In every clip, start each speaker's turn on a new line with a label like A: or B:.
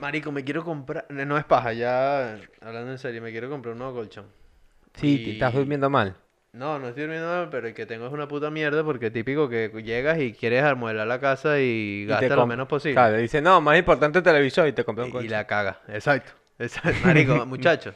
A: Marico, me quiero comprar. No es paja, ya hablando en serio, me quiero comprar un nuevo colchón.
B: Sí, te estás
A: Y-
B: durmiendo mal.
A: No, no estoy durmiendo mal, pero el que tengo es una puta mierda porque típico que llegas y quieres armodelar la casa y
B: Y te
A: gastas lo
B: comp-
A: menos posible.
B: Claro, dice, no, más importante el televisor y te compré un
A: Y, y
B: colchón.
A: la caga, exacto. exacto. Marico, muchachos.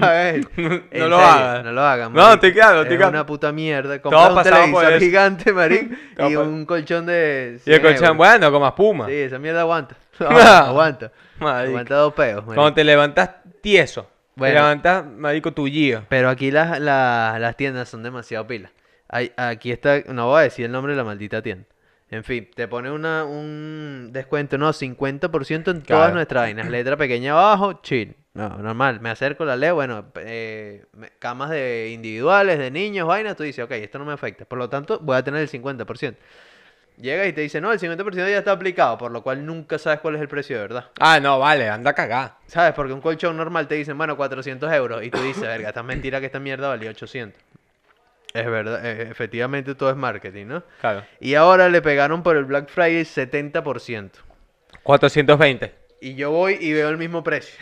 A: A ver,
B: No
A: en serio,
B: lo hagas.
A: No lo hagan.
B: No,
A: marico.
B: te claro, te
A: Es
B: claro.
A: una puta mierda. Comprar un
B: pasamos por
A: televisor
B: eso.
A: gigante, marico,
B: Todos
A: y
B: pas-
A: un colchón de
B: Y el
A: 100
B: colchón,
A: euros.
B: bueno, con más puma.
A: Sí, esa mierda aguanta. Aguanta, aguanta.
B: Marico.
A: Aguanta dos peos, marico.
B: Cuando te levantas tieso. Te
A: Bueno.
B: levantas, marico, tullido.
A: Pero aquí las, las, las tiendas son demasiado pilas. Hay- aquí está, no voy a decir el nombre de la maldita tienda. En fin, te pone una, un descuento, no, 50% en todas
B: Claro.
A: nuestras vainas. Letra pequeña abajo, chill. No, normal. Me acerco, la leo, bueno, eh, me- camas de individuales, de niños, vainas, tú dices, ok, esto no me afecta. Por lo tanto, voy a tener el 50%. Llega y te dice, no, el 50% ya está aplicado, por lo cual nunca sabes cuál es el precio de verdad.
B: Ah, no, vale, anda a cagar.
A: ¿Sabes? Porque un colchón normal te dicen, bueno, 400 euros. Y tú dices, verga, esta es mentira que esta mierda valía 800. Es verdad, eh, efectivamente todo es marketing, ¿no?
B: Claro.
A: Y ahora le pegaron por el Black Friday 70%.
B: 420.
A: Y yo voy y veo el mismo precio.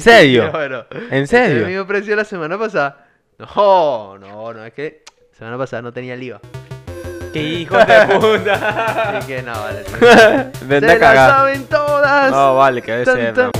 B: serio?
A: Bueno,
B: ¿En serio?
A: Este El mismo precio de la semana pasada. No, no, no, es que semana pasada no tenía el IVA.
B: ¡Qué hijo de puta!
A: Así que no, vale.
B: Vete
A: ¡Se
B: a
A: la
B: cagar.
A: saben todas!
B: No, vale, que debe
A: Tan,
B: ser.
A: tan.
B: ¿no?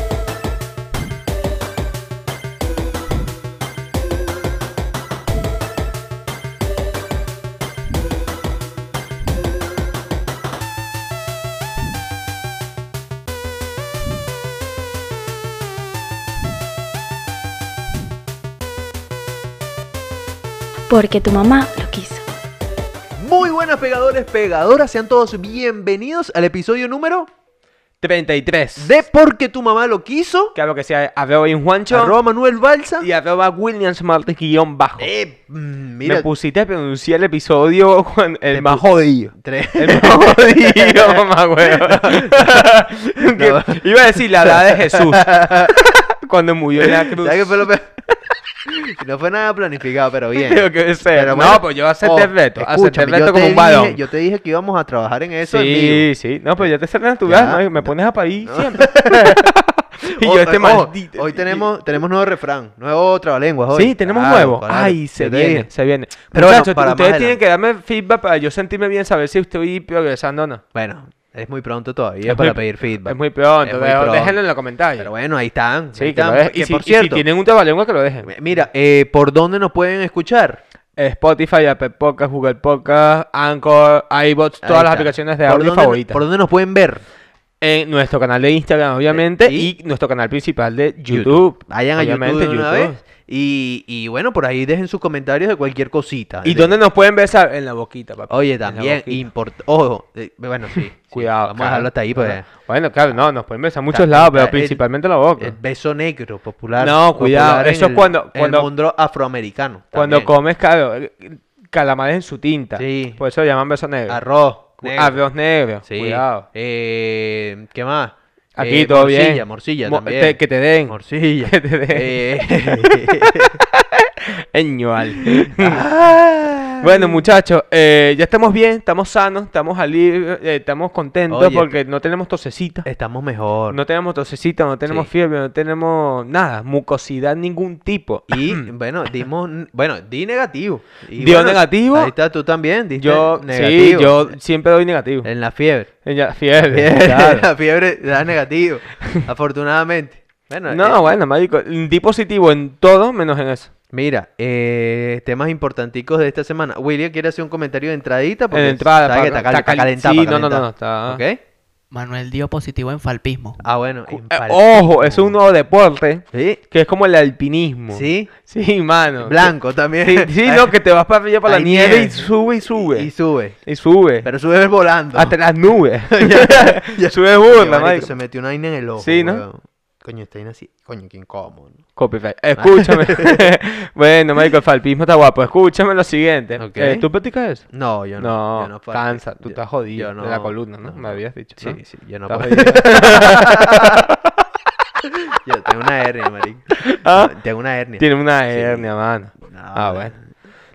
C: Porque tu mamá lo quiso.
A: Muy buenas pegadores, pegadoras, sean todos bienvenidos al episodio número
B: 33.
A: de Porque tu mamá lo quiso.
B: Claro que sí, a veo a Juancho.
A: Arroba Manuel Balsa.
B: Y a veo a Williams Martes guión bajo.
A: Eh, mm,
B: Me
A: mira,
B: pusiste a pronunciar el episodio cuan- el
A: Te
B: más
A: pu-
B: jodido.
A: tres.
B: El más jodido, mamá huevo. Que Iba a decir la edad de Jesús. Cuando murió en la cruz.
A: ¿Sabes qué fue lo peor? no fue nada planificado, pero bien.
B: Creo que debe ser.
A: Pero
B: no,
A: bueno,
B: pues yo acepté
A: oh,
B: el reto. Acepté el
A: escúchame, yo
B: reto
A: te
B: como un
A: dije-
B: balón.
A: Yo te dije que íbamos a trabajar en eso en
B: sí,
A: vivo.
B: sí. No, pues ya te cerré tu
A: Ya,
B: vida, ¿no? Me pones a parir siempre. y
A: Oh,
B: yo este
A: oh,
B: maldito.
A: Hoy tenemos, tenemos nuevo refrán, nuevo trabalenguas hoy.
B: Sí, tenemos
A: Claro,
B: nuevo.
A: claro,
B: Ay, se
A: yo te
B: viene,
A: dije.
B: se viene.
A: Pero
B: Muchachos,
A: bueno, para más
B: ustedes tienen
A: adelante.
B: que darme feedback para yo sentirme bien, saber si estoy progresando o no.
A: Bueno, es muy pronto todavía
B: Es
A: para
B: muy-
A: pedir feedback.
B: Es muy pronto,
A: Es muy
B: pero
A: pronto.
B: déjenlo en los comentarios.
A: Pero bueno, ahí están. ahí
B: sí, que lo
A: están.
B: dejen. Y,
A: Que
B: si,
A: por
B: y si
A: cierto,
B: tienen un trabalengua, que lo dejen.
A: mira, eh, ¿por dónde nos pueden escuchar?
B: Spotify, Apple Podcast, Google Podcast, Anchor, iBots,
A: Ahí
B: todas
A: está.
B: las aplicaciones de
A: ¿Por
B: audio
A: dónde-
B: favoritas.
A: ¿Por dónde nos pueden ver?
B: En nuestro canal de Instagram, obviamente, y,
A: y-
B: nuestro canal principal de YouTube.
A: Vayan a YouTube,
B: obviamente,
A: de una vez. Y, y bueno, por ahí dejen sus comentarios de cualquier cosita.
B: ¿Y
A: De-
B: dónde nos pueden besar? En la boquita, papá.
A: Oye,
B: En la
A: también,
B: boquita.
A: import... ojo, eh, bueno, sí. sí,
B: Cuidado.
A: Vamos
B: claro.
A: a dejarlo hasta ahí, pues.
B: Bueno, claro, no, nos pueden besar a muchos
A: Claro,
B: lados, pero
A: el-
B: principalmente la boca.
A: El beso negro popular.
B: No, cuidado,
A: popular en
B: eso es
A: el-
B: cuando-
A: en
B: cuando-
A: el mundo afroamericano.
B: Cuando
A: también.
B: comes, claro, eh, calamares en su tinta.
A: Sí.
B: Por eso lo llaman beso negro.
A: Arroz. negro.
B: Arroz ah, negro.
A: Sí.
B: Cuidado.
A: Eh, ¿Qué más?
B: Aquí
A: Eh,
B: todo
A: morcilla,
B: bien.
A: Morcilla,
B: Mo-
A: también.
B: te- que te den.
A: Morcilla.
B: Que te den.
A: Eh,
B: Ñual.
A: Ah.
B: bueno, muchachos, eh, ya estamos bien, estamos sanos, estamos alib- eh, estamos contentos
A: Oye,
B: porque no tenemos tosecita.
A: Estamos mejor.
B: No tenemos tosecita, no tenemos
A: Sí.
B: fiebre, no tenemos nada, mucosidad ningún tipo.
A: Y bueno, dimos, n- bueno, di negativo. Y
B: ¿Dio
A: bueno,
B: negativo?
A: Ahí está, tú también, diste
B: Yo,
A: este negativo. Eh.
B: sí, yo siempre doy negativo.
A: En la fiebre.
B: En la fiebre,
A: En
B: claro.
A: la fiebre da negativo, afortunadamente. Bueno,
B: No,
A: eh,
B: bueno, marico, di positivo en todo menos en eso.
A: mira, eh, temas importanticos de esta semana. William quiere hacer un comentario de entradita porque
B: En entrada,
A: sabe que
B: pa-
A: está, cal-
B: está
A: está
B: cali-
A: calentado,
B: sí,
A: está
B: no, no, no,
A: calentado.
B: no, está-
A: ¿Ok?
D: Manuel dio positivo en falpismo.
A: Ah, bueno.
B: Cu- eh,
A: infaltismo.
B: Ojo, es un nuevo deporte
A: ¿Sí?
B: que es como el alpinismo.
A: ¿Sí?
B: Sí, mano.
A: Blanco también.
B: Sí, sí, no, que te vas para allá para la
A: Hay
B: nieve y
A: nieve.
B: sube y sube.
A: Y sube.
B: Y sube.
A: Pero sube volando.
B: Hasta las nubes.
A: ya.
B: Sube
A: Qué
B: burla,
A: marico,
B: marico.
A: Se metió una vaina en el ojo.
B: Sí, ¿no?
A: weón. Coño, está vaina así. Coño, qué incómodo. ¿no?
B: Copyright.
A: Ah.
B: Escúchame. bueno, marico, el falpismo está guapo. Escúchame lo siguiente.
A: Ok.
B: Eh, ¿Tú practicas eso?
A: No, yo no.
B: No,
A: yo no puedo-
B: cansa. Tú
A: yo-
B: estás jodido
A: yo
B: de la columna, ¿no? Me habías dicho,
A: Sí,
B: ¿no?
A: sí, yo no
B: Estás
A: puedo.
B: jodido.
A: yo tengo una hernia, marico.
B: ¿Ah?
A: No, Tengo una hernia.
B: Tiene una
A: Sí.
B: hernia, mano.
A: No,
B: Ah, bueno.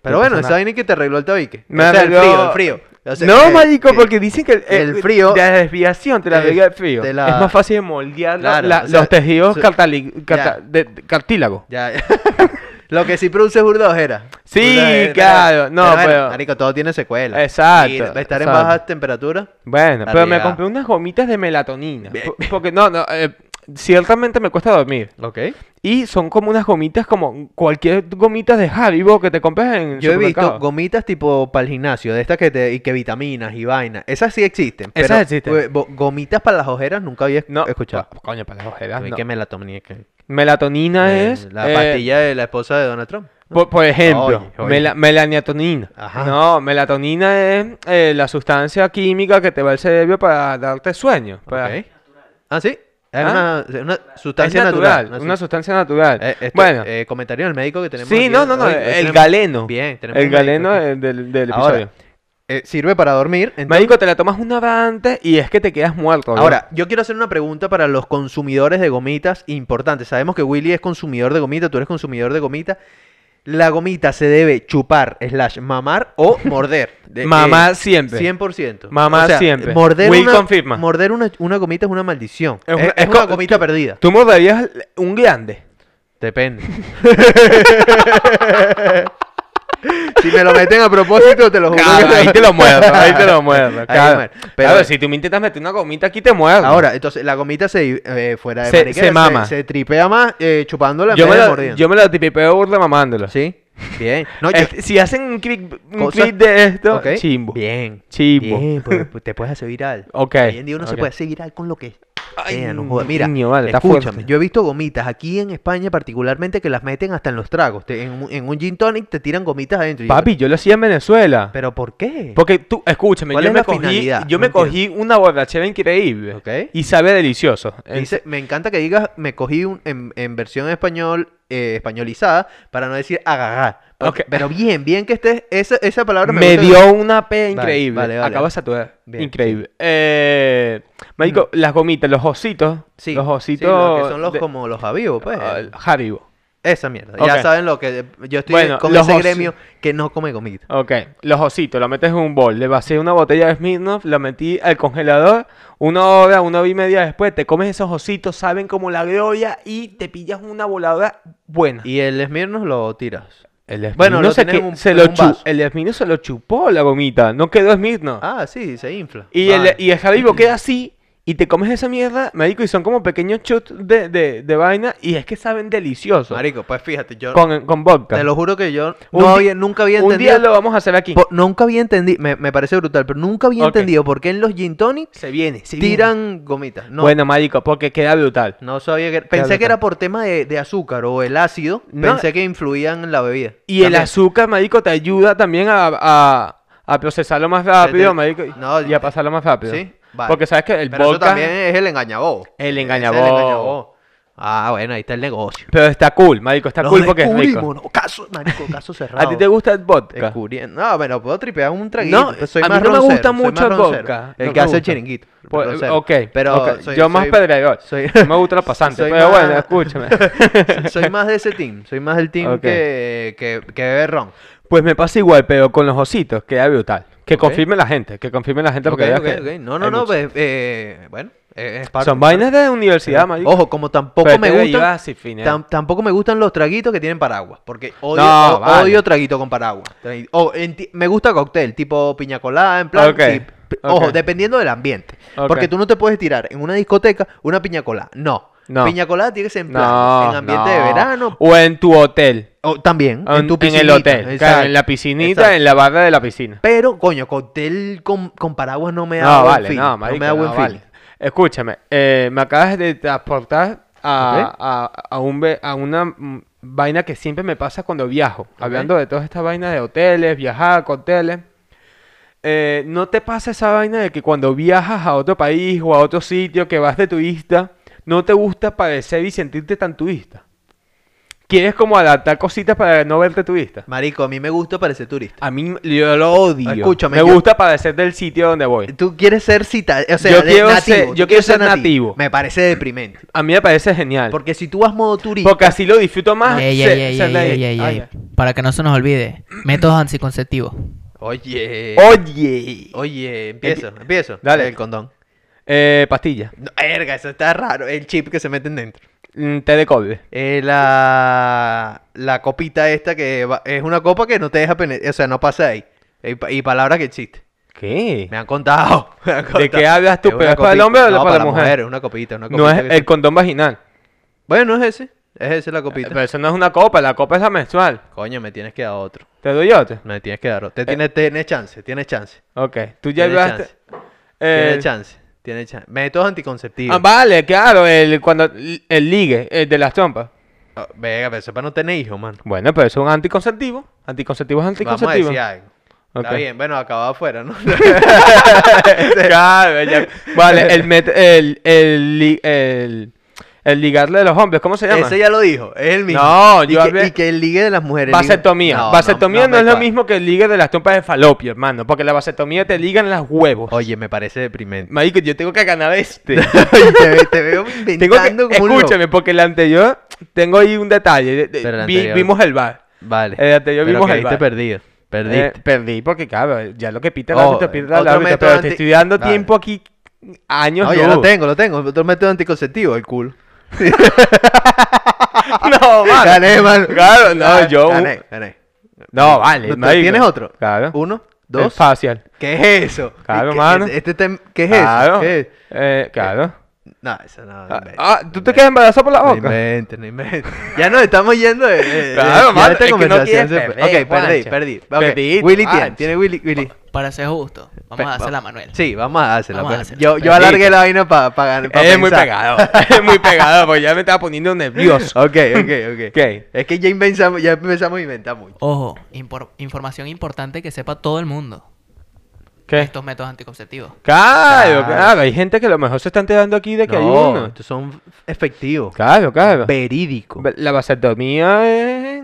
A: Pero
B: No
A: bueno,
B: pasa
A: esa
B: nada.
A: vaina que te arregló el tabique.
B: Me
A: o sea, el
B: arregló-
A: frío, el frío. O sea,
B: no,
A: que-
B: marico,
A: que-
B: porque dicen que el, eh,
A: el frío-
B: La desviación te la
A: es-
B: pega el frío.
A: te la-
B: Es más fácil de moldear la-
A: Claro,
B: la-
A: o sea,
B: los tejidos
A: su-
B: cartali- carta-
A: ya.
B: de- de- cartílagos.
A: Ya. Lo que sí produce es burda ojera.
B: Sí,
A: Burda ojera.
B: claro, no, pero-
A: Marico, todo tiene secuela.
B: Exacto,
A: Y estar en
B: exacto.
A: bajas temperaturas.
B: Bueno, pero me
A: Realidad.
B: compré unas gomitas de melatonina.
A: Bien.
B: po- Porque no, no, eh, ciertamente me cuesta dormir.
A: Ok.
B: Y son como unas gomitas como cualquier gomitas de Haribo que te compras en el
A: Yo he visto
B: supermercado.
A: gomitas tipo para el gimnasio, de estas que te, y que vitaminas y vainas. Esas sí existen.
B: Esas
A: pero,
B: existen.
A: eh, bo- gomitas para las ojeras nunca había
B: no,
A: escuchado.
B: pa- coño, para las ojeras.
A: También
B: no.
A: que melatonina. que-
B: Melatonina
A: eh,
B: es
A: La
B: eh,
A: pastilla de la esposa de Donald Trump. ¿no?
B: Por, por ejemplo,
A: Oye, oye.
B: mela- melaniatonina.
A: Ajá.
B: No, melatonina es eh, la sustancia química que te va al cerebro para darte sueño. para-
A: Ok. Ah, sí. Es
B: ¿Ah?
A: una, una
B: Es
A: sustancia
B: natural,
A: natural.
B: una sustancia natural.
A: Eh, esto,
B: bueno,
A: eh, comentario del médico que tenemos.
B: sí,
A: aquí
B: no, no, no,
A: hoy. Hoy
B: el
A: tenemos-
B: galeno.
A: Bien, tenemos
B: El
A: un médico
B: galeno
A: aquí.
B: eh, del, del
A: Ahora,
B: episodio.
A: eh, sirve para dormir. entonces-
B: Marico, te la tomas una hora antes y es que te quedas muerto. bro.
A: Ahora, yo quiero hacer una pregunta para los consumidores de gomitas importante. Sabemos que Willy es consumidor de gomita, tú eres consumidor de gomita. ¿La gomita se debe chupar, slash, mamar o morder? De-
B: mamá
A: eh,
B: siempre.
A: 100%.
B: Mamar siempre.
A: Morder,
B: Will
A: una,
B: confirma.
A: morder una, una gomita es una maldición.
B: Es
A: Es,
B: una-
A: es
B: es
A: una
B: co-
A: gomita perdida.
B: Tú morderías un glande.
A: Depende. si me lo meten a propósito, te lo juro.
B: Claro,
A: que-
B: ahí te lo muerdo, ahí te lo muerdo.
A: Ahí
B: claro.
A: muerdo. Pero- eh.
B: Claro, si tú me intentas meter una gomita aquí, te muerdo.
A: Ahora, entonces la gomita se eh, fuera de
B: Se-
A: mariquera,
B: se mama.
A: Se, tripea más eh, chupándola en
B: yo
A: vez
B: me,
A: de
B: lo,
A: mordiendo.
B: yo me lo tipipeo burda mamándola.
A: Sí. Bien. No, yo-
B: Este, si hacen un clip, un
A: Cosas-
B: clip de esto,
A: ok.
B: chimbo.
A: Bien.
B: Chimbo.
A: Bien, pues, pues, te puedes hacer viral.
B: Ok,
A: Hoy en día uno
B: ok.
A: se puede hacer viral con lo que
B: Ay,
A: sea, no joda. Mira,
B: niño, vale, está
A: escúchame,
B: fuerte.
A: yo he visto gomitas aquí en España particularmente que las meten hasta en los tragos. Te- en, un- en un gin tonic te tiran gomitas adentro. Y yo,
B: Papi, yo lo hacía en Venezuela.
A: ¿Pero por qué?
B: Porque tú, escúchame,
A: ¿Cuál
B: yo
A: es
B: me
A: la
B: cogí,
A: finalidad?
B: yo
A: No
B: me
A: entiendo.
B: cogí una borrachera increíble.
A: Ok.
B: Y sabe delicioso. En-
A: Dice, me encanta que digas, me cogí un, en, en versión español, eh, españolizada, para no decir agarrar. Por-
B: Ok.
A: Pero bien, bien que estés, esa, esa palabra
B: me,
A: me, gusta.
B: dio una P increíble.
A: vale, vale.
B: Acabas a tu
A: Bien, Mm.
B: Increíble. Eh, marico, las gomitas, los ositos.
A: Sí,
B: los
A: sí,
B: ositos.
A: lo que son los
B: de-
A: como los avivos, pues.
B: ah, el Haribo.
A: Esa mierda.
B: Ok.
A: Ya saben lo que. Yo estoy
B: Bueno,
A: con
B: los
A: ese
B: os-
A: gremio que no come comida.
B: Ok, los ositos, lo metes en un bol, le vacié una botella de Smirnoff, la metí al congelador, una hora, una hora y media después, te comes esos ositos, saben como la gloria y te pillas una voladora buena.
A: Y el Smirnoff lo tiras.
B: el
A: Bueno,
B: Smirnoff
A: lo
B: se,
A: tenés
B: que-
A: en un-
B: se
A: en
B: lo
A: un
B: chu-
A: vaso.
B: el Smirnoff se lo chupó la gomita, no quedó Smirnoff.
A: Ah, sí, se infla.
B: y, el, e-
A: Vale.
B: y el Haribo queda así y te comes esa mierda, marico, y son como pequeños shots de, de, de vaina y es que saben delicioso.
A: Marico, pues fíjate, yo.
B: Con, con vodka.
A: Te lo juro que yo
B: Un
A: no
B: di-
A: había- nunca había
B: un día
A: entendido.
B: lo vamos a hacer aquí.
A: po- nunca había entendido. Me, me parece brutal, pero nunca había
B: Ok.
A: entendido por qué en los gin tonics
B: Se viene, se viene.
A: tiran gomitas. No,
B: Bueno, marico, porque queda brutal.
A: no sabía que. Pensé que
B: brutal.
A: era por tema de, de azúcar o el ácido.
B: No.
A: Pensé que influían en la bebida.
B: Y el
A: También.
B: azúcar, marico, te ayuda también a, a- a procesarlo más rápido,
A: te-
B: marico, y-
A: no, eh,
B: y a pasarlo más rápido.
A: Sí, vale.
B: Porque sabes que el
A: Pero eso
B: vodka...
A: también es el engañabobo.
B: El
A: Es
B: engañabobo.
A: Ah, bueno, ahí está el negocio.
B: Pero está cool, marico, está cool porque es rico.
A: descubrimos, no, caso, marico, caso cerrado.
B: ¿A ti te gusta el vodka?
A: Descubriendo. No, bueno, puedo tripear un traguito.
B: No,
A: pero soy
B: a mí
A: más
B: no me
A: roncero,
B: gusta
A: soy más
B: mucho el
A: roncero.
B: vodka,
A: El
B: no
A: que hace
B: me
A: el
B: gusta.
A: chiringuito.
B: Pues,
A: roncero.
B: ok,
A: pero
B: ok,
A: soy-
B: yo más
A: soy-
B: pedregol.
A: soy-
B: No me gustan los pasantes,
A: soy
B: pero bueno,
A: más-
B: escúchame.
A: soy más de ese team. Soy más del team
B: Ok.
A: que, que, que bebe ron.
B: Pues me pasa igual, pero con los ositos queda brutal. Que
A: Ok.
B: confirme la gente, que confirme la gente porque
A: Ok,
B: ya
A: ok,
B: que
A: ok. No,
B: hay
A: no, no.
B: mucho.
A: pues, eh, bueno, eh, es parte.
B: Son vainas de universidad, marico.
A: Ojo, como tampoco
B: Pero
A: me
B: te
A: gustan.
B: llevas así, fines.
A: Tam- tampoco me gustan los traguitos que tienen paraguas, porque odio,
B: No,
A: o-
B: vale.
A: odio traguito con paraguas. Tragui- o enti- me gusta cóctel, tipo piña colada, en plan,
B: Ok,
A: sí, p- ojo,
B: ok.
A: dependiendo del ambiente,
B: Ok.
A: porque tú no te puedes tirar en una discoteca una piña colada, no.
B: No.
A: Piña colada tiene que ser en plan,
B: No,
A: en ambiente
B: no.
A: de verano,
B: O en tu hotel.
A: o también en,
B: En,
A: tu
B: en el
A: piscinita,
B: hotel, claro,
A: exacto,
B: en la piscinita,
A: exacto.
B: en la barra de la piscina.
A: Pero, coño, cóctel con, con paraguas no me da
B: No,
A: buen
B: vale,
A: feeling,
B: no, marico,
A: me da buen
B: no,
A: feeling.
B: vale. Escúchame, eh, me acabas de transportar a, a- a un ve- a una mm, vaina que siempre me pasa cuando viajo. Hablando de todas estas vainas de hoteles, viajar, con hoteles. Eh, ¿No te pasa esa vaina de que cuando viajas a otro país o a otro sitio que vas de turista, no te gusta parecer y sentirte tan turista? ¿Quieres como adaptar cositas para no verte turista?
A: Marico, a mí me gusta parecer turista.
B: A mí yo lo odio.
A: Escúchame,
B: Me
A: yo-
B: gusta parecer del sitio donde voy.
A: Tú quieres ser cita, o sea,
B: Yo
A: de-
B: quiero
A: nativo.
B: ser-
A: tú
B: yo quiero
A: quieres
B: ser nativo.
A: Me parece deprimente.
B: A mí me parece genial.
A: Porque
B: Porque,
A: si tú vas modo turista,
B: así lo disfruto más.
D: Ey,
B: se-
D: ey, ey,
B: se
D: ey,
B: le- Ah,
D: ey, ey,
B: Ay,
D: ey. Para que no se nos olvide. Métodos anticonceptivos.
A: Oye.
B: Oye.
A: Oye, empiezo, empiezo.
B: Dale.
A: El condón.
B: Eh, pastilla.
A: No, verga, eso está raro. El chip que se meten dentro.
B: Mm, té de cobre.
A: Eh, la, la copita esta que va- es una copa que no te deja penetrar. O sea, no pasa ahí. Y, pa- y palabras que existen.
B: ¿Qué?
A: Me han contado. me han
B: ¿De qué
A: contado.
B: hablas tú?
A: Es
B: ¿Pero
A: una
B: es para el
A: copita.
B: hombre o
A: No,
B: para
A: la
B: la mujer?
A: es una copita, una
B: No
A: copita
B: es
A: que se-
B: el condón vaginal.
A: Bueno, es ese. Es ese la
B: Eh,
A: copita.
B: Pero eso no es una copa, la copa es la menstrual.
A: Coño, me tienes que dar otro.
B: ¿Te doy otra?
A: Me tienes que dar otro. Te tienes, tienes chance, tienes chance.
B: Ok, Eh. tú ya
A: Tiene
B: hablaste.
A: chance,
B: eh,
A: Tienes chance, tienes chance. Métodos anticonceptivos.
B: ah, vale, claro, el, cuando, el ligue, el de las trompas.
A: Ah, Venga, pero eso es para no tener hijos, mano.
B: Bueno, pero eso es un anticonceptivo. Anticonceptivo es
A: Vamos a
B: anticonceptivo.
A: decir algo. Está
B: Ok.
A: bien, bueno, acababa afuera, ¿no?
B: Claro, ya. Vale, el, met- el, el, li- el, el ligarle de los hombres, ¿cómo se llama?
A: Ese ya lo dijo, es el mismo.
B: No,
A: y,
B: yo
A: que,
B: hablé-
A: y que el ligue de las mujeres. el ligue-
B: Vasectomía.
A: No, no,
B: vasectomía no,
A: me
B: es lo
A: cuadra.
B: mismo que el ligue de las trompas de falopio, hermano. Porque la vasectomía te ligan las huevos.
A: Oye, me parece deprimente.
B: Marico, yo tengo que ganar este.
A: te, ve- te veo
B: tengo que,
A: inventando como un loco.
B: escúchame, porque el anterior tengo ahí un detalle. de- de-
A: Pero el
B: vi-
A: anterior-
B: Vimos el bar.
A: Vale.
B: El anterior
A: pero
B: vimos el
A: quediste
B: bar.
A: perdido. Perdiste.
B: Eh, perdí porque, claro, ya lo que pita el
A: Oh,
B: árbitro, pita el
A: otro
B: árbitro,
A: método
B: Pero
A: anti-
B: te estoy dando
A: Vale.
B: tiempo aquí años
A: no, ya
B: luz.
A: lo tengo, lo tengo. Otro método anticonceptivo, el culo.
B: No, vale.
A: Gané, mano.
B: Claro, no,
A: Gané,
B: yo.
A: Gané, gané.
B: No, vale.
A: ¿No te-
B: marico.
A: ¿Tienes otro?
B: Claro.
A: Uno,
B: El
A: dos.
B: facial.
A: ¿Qué es eso?
B: Claro,
A: ¿Y qué-
B: mano.
A: Este tem- ¿Qué es
B: Claro.
A: eso? ¿Qué es?
B: Eh, claro.
A: No, eso no. no
B: Ah,
A: inventes,
B: Ah, ¿tú
A: no
B: te
A: inventes.
B: quedas embarazada por la
A: No
B: boca?
A: inventes, no inventes. Ya nos estamos yendo de. de-
B: Claro,
A: de- ya esta
B: mano, es que no
A: conversación
B: quieres
A: se fue.
B: perder,
A: Ok, perdí,
B: Juancho.
A: perdí. Ok,
B: Perdiste,
A: Willy tiene,
B: Juancho.
A: tiene Willy. Willy.
D: Para ser justo, vamos a hacerla a Manuel.
A: Sí, vamos a hacerla.
D: Vamos a
A: pues.
D: hacerla.
A: Yo, yo
B: Perdiste.
A: alargué la vaina para ganar.
B: es muy pegado. es muy pegado, porque ya me estaba poniendo nervioso.
A: Ok, ok, ok.
B: Ok.
A: Es que ya inventamos, ya empezamos a inventar mucho.
D: Ojo, impor- información importante que sepa todo el mundo.
B: ¿Qué?
D: Estos métodos anticonceptivos.
B: Claro,
A: Claro.
B: claro. Hay gente que a lo mejor se está enterando aquí de que
A: No,
B: hay uno.
A: estos son efectivos.
B: Claro, claro.
A: Verídico.
B: La vasectomía es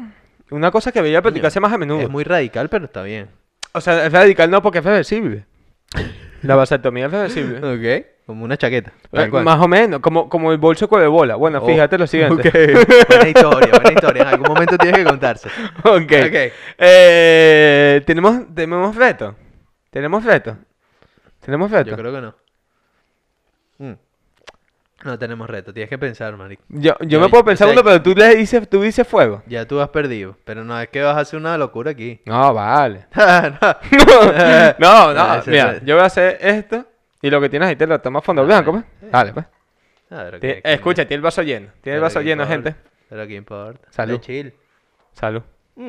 B: una cosa que debería practicarse más a menudo.
A: Es muy radical, pero está bien.
B: O sea, es radical no porque es reversible. La vasectomía es reversible.
A: Ok. Como una chaqueta. Oh.
B: Eh, Más o menos, como, como el bolso de bola. Bueno, fíjate lo siguiente.
A: buena historia, buena historia. En algún momento tienes que contarse.
B: Ok.
A: Ok.
B: Eh, ¿tenemos, tenemos reto. Tenemos reto. Tenemos reto.
A: Yo creo que no. Mm. No tenemos reto, tienes que pensar, marico.
B: Yo, yo
A: Yo-
B: me puedo
A: yo
B: pensar
A: sé
B: uno,
A: que-
B: pero tú le dices, tú dices fuego.
A: Ya tú has perdido, pero no es que vas a hacer una locura aquí.
B: No, vale.
A: No. No,
B: no, no.
A: ese-
B: Mira,
A: ese-
B: yo voy a hacer esto y lo que tienes ahí te lo tomas fondo blanco, pues. Dale, pues.
A: Ah, pero
B: Ti- eh,
A: qué- qué-
B: escucha, tiene el vaso lleno. Tiene
A: pero
B: el vaso
A: qué
B: lleno,
A: importa,
B: gente.
A: Pero qué importa.
B: Salud.
A: De chill.
B: Salud.
A: Mm.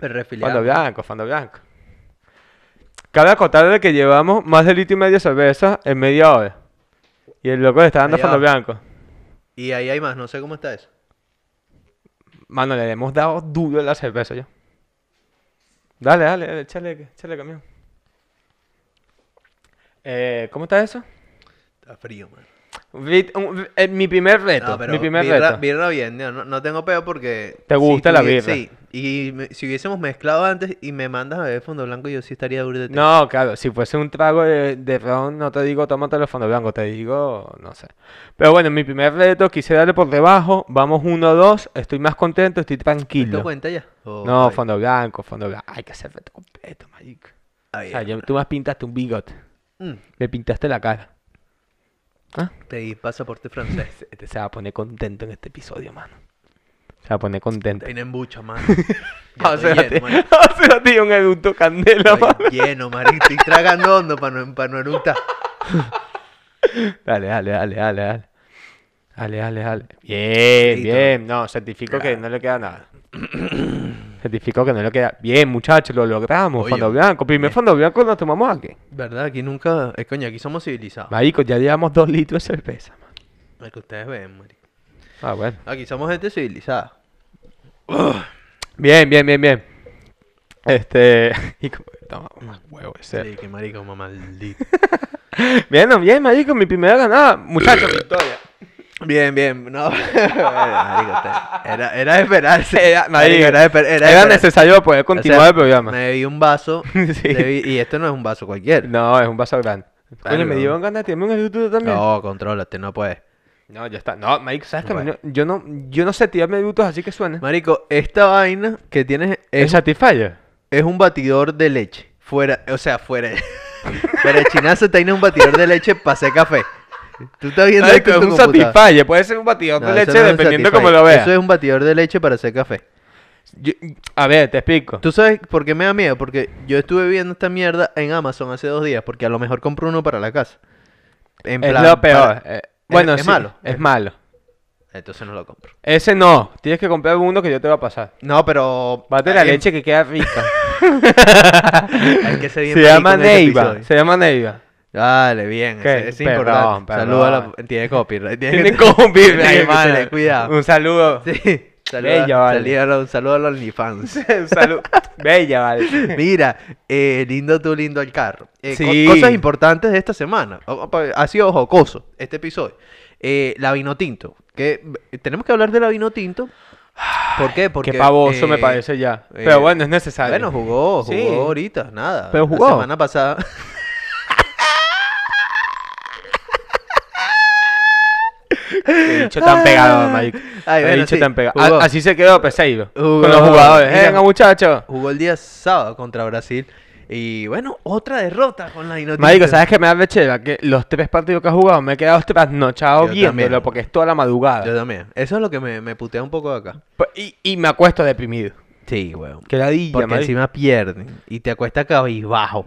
A: Pero
B: Fondo
A: refiliado.
B: blanco, fondo blanco. Cabe acotar de que llevamos más de litro y medio de cerveza en media hora. Y el loco le está dando
A: Media
B: fondo
A: hora.
B: blanco.
A: Y ahí hay más, no sé cómo está eso.
B: Mano, le hemos dado duro a la cerveza yo. Dale, dale, dale, échale, échale camión. Eh, ¿Cómo está eso?
A: Está frío, man.
B: Rit- un- eh, mi primer reto.
A: No, pero
B: mi primer
A: birra,
B: reto.
A: birra bien, no, no- no tengo peo porque...
B: Te
A: si
B: gusta la
A: tuvie-
B: birra.
A: Sí, y me- si hubiésemos mezclado antes y me mandas a beber fondo blanco, yo sí estaría duro de ti.
B: No, claro, si fuese un trago de, de ron, no te digo tómate el fondo blanco, te digo, no sé. Pero bueno, mi primer reto, quise darle por debajo, vamos 1-2, estoy más contento, estoy
A: ¿Te
B: tranquilo.
A: cuenta ya? O-
B: No,
A: ay,
B: fondo blanco, fondo blanco. Hay que hacer reto completo, marico.
A: ay,
B: O sea, yo- tú me pintaste un bigote,
A: mm,
B: Ah, me pintaste la cara. ¿Ah?
A: Pedí pasaporte francés.
B: Este- Este se va a poner contento en este episodio, mano. Se va a poner contento.
A: Tienen mucho, mano. Ya
B: O
A: estoy
B: sea,
A: lleno,
B: tío,
A: mano.
B: o sea, tío, un adulto candela, mano.
A: Estoy lleno, marico. Estoy tragando hondo para no, pa' no eructar.
B: Dale, dale, dale, dale, dale. Dale, dale, dale. Bien,
A: Listo.
B: bien. No, certifico que no le queda nada. certifico que no le queda. Bien, muchachos, lo logramos.
A: Oye,
B: fondo blanco. Primer
A: bien.
B: fondo blanco nos tomamos aquí.
A: ¿Verdad? Aquí nunca... Eh, coño, aquí somos civilizados.
B: Marico, ya llevamos dos litros de cerveza. man.
A: Lo que ustedes ven, marico.
B: Ah, bueno.
A: Aquí somos gente civilizada.
B: Bien, bien, bien, bien. Este. Y como- Toma, más huevo ese.
A: Sí, que marico, mamá, maldito.
B: Bien, no, bien, marico, mi primera ganada. Muchachos, victoria.
A: Bien, bien, no. Marico, te- era, era de esperarse.
B: Era,
A: Marico,
B: marico,
A: era, de esper- era, de
B: Era
A: esperarse.
B: necesario para poder
A: O sea,
B: continuar el programa.
A: Me vi un vaso.
B: Sí.
A: le vi- y este no es un vaso cualquiera. No,
B: No, es un vaso grande. Coño, me
A: Claro.
B: dieron ganas de tirarme un adulto también.
A: contrólate, no puedes.
B: No, ya está. No, Mike, ¿sabes que a mí
A: Bueno.
B: no- yo, no, yo no sé tirarme brutos así que suena.
A: Marico, esta vaina que tienes
B: ¿Es
A: es,
B: Satisfyer?
A: es un batidor de leche. Fuera, o sea, fuera. fuera de chinazo tiene un batidor de leche para hacer café. Tú estás viendo
B: Marico,
A: esto en
B: es
A: tu
B: un
A: computadora.
B: satisfayer, puede ser un batidor
A: No,
B: de
A: eso
B: leche
A: no es un
B: dependiendo
A: Satisfyer.
B: cómo lo veas.
A: Eso es un batidor de leche para hacer café.
B: Yo- a ver, te explico.
A: ¿Tú sabes por qué me da miedo? Porque yo estuve viendo esta mierda en Amazon hace dos días, porque a lo mejor compro uno para la casa. En
B: es
A: plan,
B: lo peor.
A: para-
B: eh, bueno,
A: es
B: sí,
A: malo.
B: Es malo.
A: Entonces no lo compro.
B: Ese no, tienes que comprar uno que yo te voy a pasar.
A: No, pero... eh,
B: Bate la
A: Ay,
B: leche que queda rica.
A: hay que ser bien
B: se llama
A: marico en este
B: Neiva.
A: episodio.
B: Se llama Neiva.
A: Dale, bien. ese-
B: ¿Qué?
A: Es,
B: Perdón,
A: importante.
B: perdón.
A: Saluda a la... Tiene copyright. Tiene,
B: Tiene
A: que-
B: COVID,
A: tiene que tener
B: hermano.
A: cuidado.
B: Un saludo.
A: Sí. Saluda,
B: Bella, vale.
A: saluda- un saludo a los OnlyFans.
B: Un saludo. Bella, vale.
A: Mira, eh, lindo tú, lindo el carro. Eh, co-
B: Sí.
A: cosas importantes de esta semana. O- o- pa- Ha sido jocoso este episodio. Eh, la vino tinto. Que, eh, tenemos que hablar de la vino tinto. ¿Por qué? Porque
B: Qué pavoso me
A: eh,
B: parece ya.
A: eh,
B: Pero bueno, es necesario.
A: Bueno, jugó, jugó
B: Sí.
A: ahorita, nada.
B: Pero jugó.
A: La semana pasada.
B: Qué bicho tan pegado, marico.
A: Ah. Ay,
B: Qué
A: bueno,
B: bicho
A: sí,
B: tan pegado.
A: jugó.
B: A- Así se quedó Peseiro.
A: Jugó.
B: Con los jugadores.
A: Mira.
B: Venga, muchachos.
A: Jugó el día sábado contra Brasil. Y bueno, otra derrota con la vino tinto.
B: Marico, ¿sabes qué me da lechera? Que los tres partidos que ha jugado me he quedado trasnochado
A: Yo
B: viéndolo
A: también.
B: porque es toda la
A: Yo
B: madrugada.
A: también. Eso es lo que me, me putea un poco de acá.
B: P- Y, y me acuesto deprimido.
A: Sí, weón.
B: Qué ladilla,
A: Porque
B: marico.
A: encima pierden y te acuestas cabizbajo.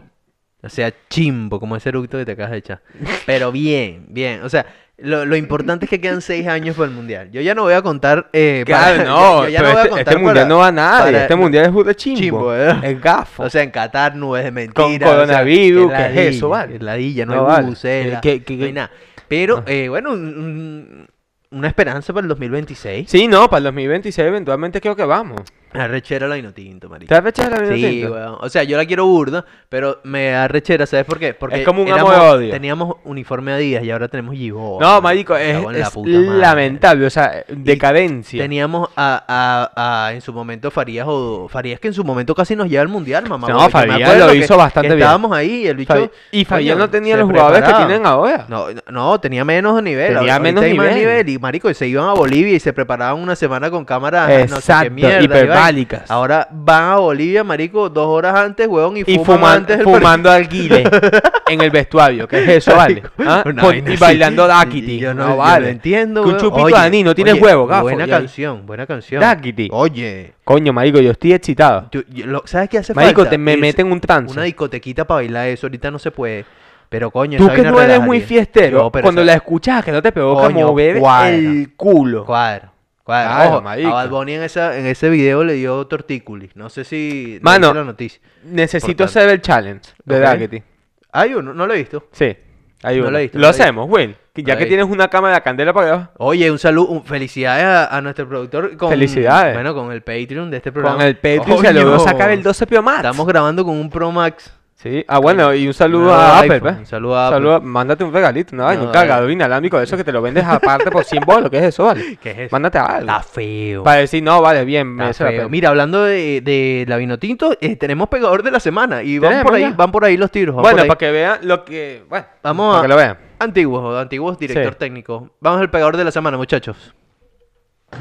A: O sea, chimbo, como ese eructo que te acabas de echar. Pero bien, bien. O sea, lo, lo importante es que quedan seis años para el mundial. Yo ya no voy a contar. Eh,
B: Claro,
A: para-
B: no,
A: yo ya
B: pero
A: no voy a
B: este,
A: contar
B: este mundial
A: para-
B: no va a nadie.
A: para-
B: este mundial es burda de chimbo.
A: Chimbo, ¿verdad?
B: Es gafo.
A: O sea, en Qatar nubes de mentira.
B: Con
A: o sea,
B: coronavirus, ¿qué es
A: ladilla,
B: eso, vale?
A: qué ladilla, no,
B: No
A: hay
B: vale.
A: bubucela,
B: ¿Qué- qué- Ah.
A: no hay
B: qué?
A: nada. Pero, eh, bueno, un- un- una esperanza para el 2026.
B: sí, no, para el 2026 eventualmente creo que vamos.
A: La rechera la vino tinto, marico.
B: ¿Te has fechado la vino
A: Sí,
B: tinto?
A: weón. O sea, yo la quiero burda, pero me da rechera, ¿sabes por qué? Porque
B: Es como un
A: éramos-
B: amo de odio.
A: Teníamos uniforme a días y ahora tenemos Giboa.
B: No, marico, es, es lamentable, o sea, decadencia.
A: Teníamos a, a- a- en su momento Farías o Farías que en su momento casi nos lleva al mundial, mamá.
B: No,
A: huevo, que me
B: Farías
A: acuerdo
B: lo
A: que-
B: hizo
A: que
B: bastante bien.
A: Estábamos ahí y el bicho
B: Fabi- y Fabián
A: coño,
B: no tenía
A: se
B: los jugadores
A: preparaba.
B: que tienen ahora.
A: No, no, tenía menos nivel.
B: Tenía
A: ahorita
B: menos
A: hay más
B: nivel.
A: Y marico, y se iban a Bolivia y se preparaban una semana con cámaras no sé qué
B: Exacto,
A: mierda. y vaina.
B: hiperbálicas.
A: Ahora van a Bolivia, marico, dos horas antes, huevón, y,
B: y
A: fuman
B: fuman-
A: antes del
B: fumando alguiles en el vestuario, ¿qué es eso, vale? ¿Ah?
A: Una
B: Con-
A: vaina
B: y
A: así.
B: bailando
A: Y
B: Dakiti.
A: Yo no,
B: no,
A: yo
B: vale.
A: no entiendo,
B: Que un
A: weón.
B: chupito
A: Oye,
B: de anís, no tienes
A: oye,
B: huevo, gafo.
A: Buena
B: y-
A: canción, buena canción.
B: Daquiti.
A: Oye,
B: Coño, marico, yo estoy excitado.
A: tú- yo- lo- ¿sabes qué hace
B: Marico,
A: falta?
B: te, me
A: Irse-
B: meten un trance.
A: Una discotequita para bailar eso, ahorita no se puede. Pero coño,
B: Tú
A: esa
B: que
A: vaina
B: no eres
A: relaja,
B: muy
A: tío.
B: fiestero,
A: Yo, pero
B: cuando
A: esa-
B: la escuchas que no te provoca
A: Coño,
B: mover
A: cuadra.
B: el culo.
A: Cuadro. Cuadro.
B: Claro,
A: Ojo,
B: marico.
A: a Bad Bunny en, esa, en ese video le dio tortículi. No sé si. no
B: Mano.
A: viste la noticia.
B: Necesito
A: Importante.
B: hacer el challenge de
A: Ok.
B: Daquiti.
A: Hay uno, no lo he visto.
B: Sí, hay
A: No
B: uno.
A: lo he visto,
B: lo
A: no lo he
B: hacemos, Will. que
A: No
B: Ya
A: lo
B: que
A: he
B: tienes una cámara de candela para abajo,
A: Oye, un saludo, un- felicidades a, a nuestro productor. Con,
B: Felicidades.
A: Bueno, con el Patreon de este programa.
B: con el Patreon se logró
A: Coño.
B: sacar el 12 Pro Max.
A: Estamos grabando con un Pro Max.
B: Sí, ah, bueno, y un saludo
A: Nuevo
B: a Apple,
A: iPhone,
B: pues.
A: un saludo a
B: Saludo mándate un regalito, una vaina,
A: No,
B: un
A: dale.
B: cargador inalámbrico de eso que te lo vendes aparte por 100 bolos, ¿qué es eso, vale?
A: ¿Qué es eso?
B: Mándate algo.
A: Está feo.
B: Para decir, no, vale, bien,
A: Está
B: me hace la
A: feo.
B: pena.
A: Mira, hablando de, de la Vinotinto, eh, tenemos pegador de la semana. Y van
B: Tenemos
A: por, ahí,
B: ya.
A: van por ahí los tiros. van por
B: Bueno,
A: ahí.
B: para que vean lo que, bueno,
A: Vamos
B: para
A: a-
B: que lo vean.
A: Antiguos, antiguos director
B: Sí.
A: técnico. Vamos al pegador de la semana, muchachos.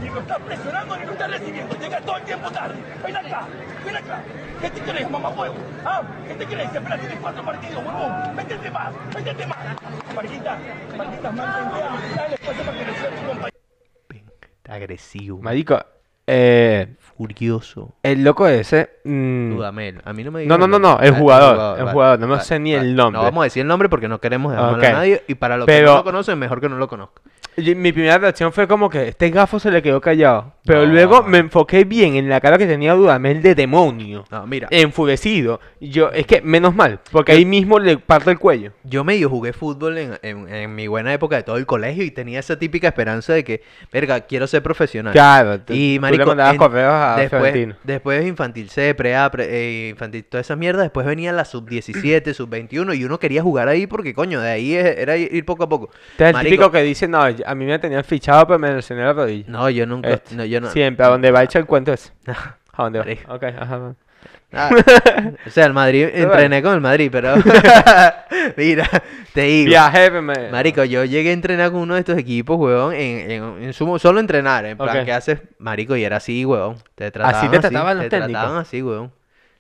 E: Nico está presionando, Nico está recibiendo, llega todo el tiempo tarde. Ven acá, ven acá. ¿Qué te crees, mamá huevo? ¿Ah? ¿Qué te crees? Espera, tienes cuatro partidos, huevón. Métete más, métete más. Marquita, Marquita, manda en dale espacio para que le sea tu compañero.
A: Agresivo,
B: Marico, eh,
A: furioso.
B: el loco ese mm,
A: Dudamel. A mí no me
B: No,
A: digas
B: no, no,
A: nombre.
B: no, el
A: Ah,
B: jugador, el jugador, no me sé ni el nombre.
A: No vamos a decir el nombre porque no queremos dejar mal
B: Ok.
A: a nadie. Y para los que
B: Pero-
A: no lo conocen, mejor que no lo conozcan.
B: y mi primera reacción fue como que este gafo se le quedó callado, pero
A: No.
B: luego me enfoqué bien en la cara que tenía Dudamel de demonio,
A: No, mira,
B: enfurecido. Yo es que menos mal, porque ahí mismo le parto el cuello.
A: yo medio jugué fútbol en, en- en mi buena época de todo el colegio y tenía esa típica esperanza de que, verga, quiero ser profesional.
B: Claro, tú-
A: Y
B: tú
A: marico,
B: le mandabas
A: en-
B: correos a
A: después,
B: Fiorentino.
A: después infantil C, pre A, pre- eh, infantil, toda esa mierda. Después venía la sub 17, sub 21 y uno quería jugar ahí porque coño, de ahí es- era ir ir poco a poco.
B: Este es el
A: Marico,
B: típico que dice, no, yo- a mí me tenían fichado, pero me lesioné la rodilla.
A: No, yo nunca,
B: Este,
A: no, yo no.
B: Siempre, a donde va hecho el cuento ese. ¿A dónde va?
A: Marico.
B: Ok, ajá. va.
A: Ah, o sea, el Madrid,
B: Pero
A: entrené con el Madrid, pero mira, te digo.
B: Viaje, pero me...
A: Marico, yo llegué a entrenar con uno de estos equipos, huevón, en, en- en sumo- solo entrenar, en plan,
B: Ok.
A: ¿qué haces? Marico, y era así, huevón. Te trataban
B: te trataban los
A: te
B: técnicos?
A: trataban así, huevón.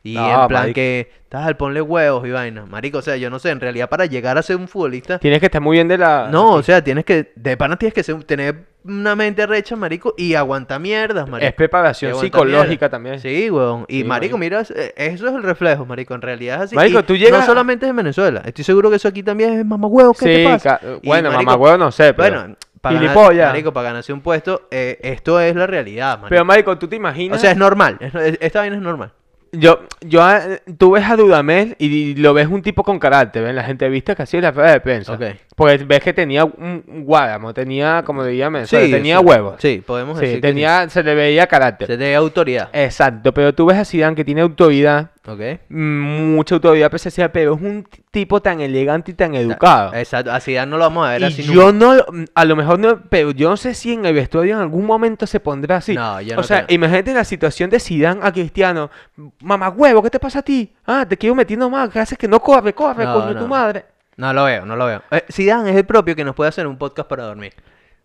A: Y
B: No,
A: en plan
B: marico.
A: que, tal, ponle huevos y vainas. Marico, o sea, yo no sé, en realidad para llegar a ser un futbolista,
B: Tienes que estar muy bien de la...
A: no, o sea, tienes que, de pana tienes que ser- tener una mente recha, marico, y aguantar mierdas, marico.
B: Es preparación
A: Aguanta
B: psicológica
A: mierda.
B: también.
A: Sí, weón. Y
B: Sí,
A: marico,
B: marico.
A: mira, eh, eso es el reflejo, marico. En realidad es así.
B: Marico,
A: Y
B: tú
A: No
B: llegas a-
A: solamente es en Venezuela. Estoy seguro que eso aquí también es mamagüevo. ¿Qué te
B: Sí,
A: pasa?
B: ca-
A: Y,
B: bueno,
A: marico,
B: mamagüevo no sé, Eh, pero...
A: Bueno, para
B: Gilipollas.
A: ganar, marico, para ganarse un puesto, eh, esto es la realidad, marico.
B: Pero, marico, ¿tú te imaginas?
A: o sea, es normal. es- es- esta vaina es normal.
B: Yo, yo, eh, tú ves a Dudamel y y lo ves un tipo con carácter, ¿ven? La gente viste que hacía la rueda de prensa.
A: Ok.
B: Pues ves que tenía un un guáramo, tenía, como diría Venezuela, tenía
A: sí.
B: huevos.
A: Sí, podemos
B: Sí,
A: decir. que
B: tenía, Eh, se le veía
A: sí.
B: carácter.
A: Se te autoridad.
B: Exacto, pero tú ves a Zidane que tiene autoridad, mm,
A: ok.
B: mucha autoridad presencial, pero es un t- tipo tan elegante y tan educado.
A: Exacto. Así ya no lo vamos a ver
B: Y
A: así
B: yo no, mm, a lo mejor no, pero yo no sé si en el vestuario en algún momento se pondrá así.
A: No, yo
B: o
A: no
B: sea,
A: creo.
B: imagínate la situación de Zidane a Cristiano. Mamá huevo, ¿qué te pasa a ti? Ah, te quiero metiendo más, ¿qué haces que no corre, corre,
A: No,
B: coño
A: no.
B: tu madre?
A: No lo veo, no lo veo. Eh, Zidane es el propio que nos puede hacer un podcast para dormir.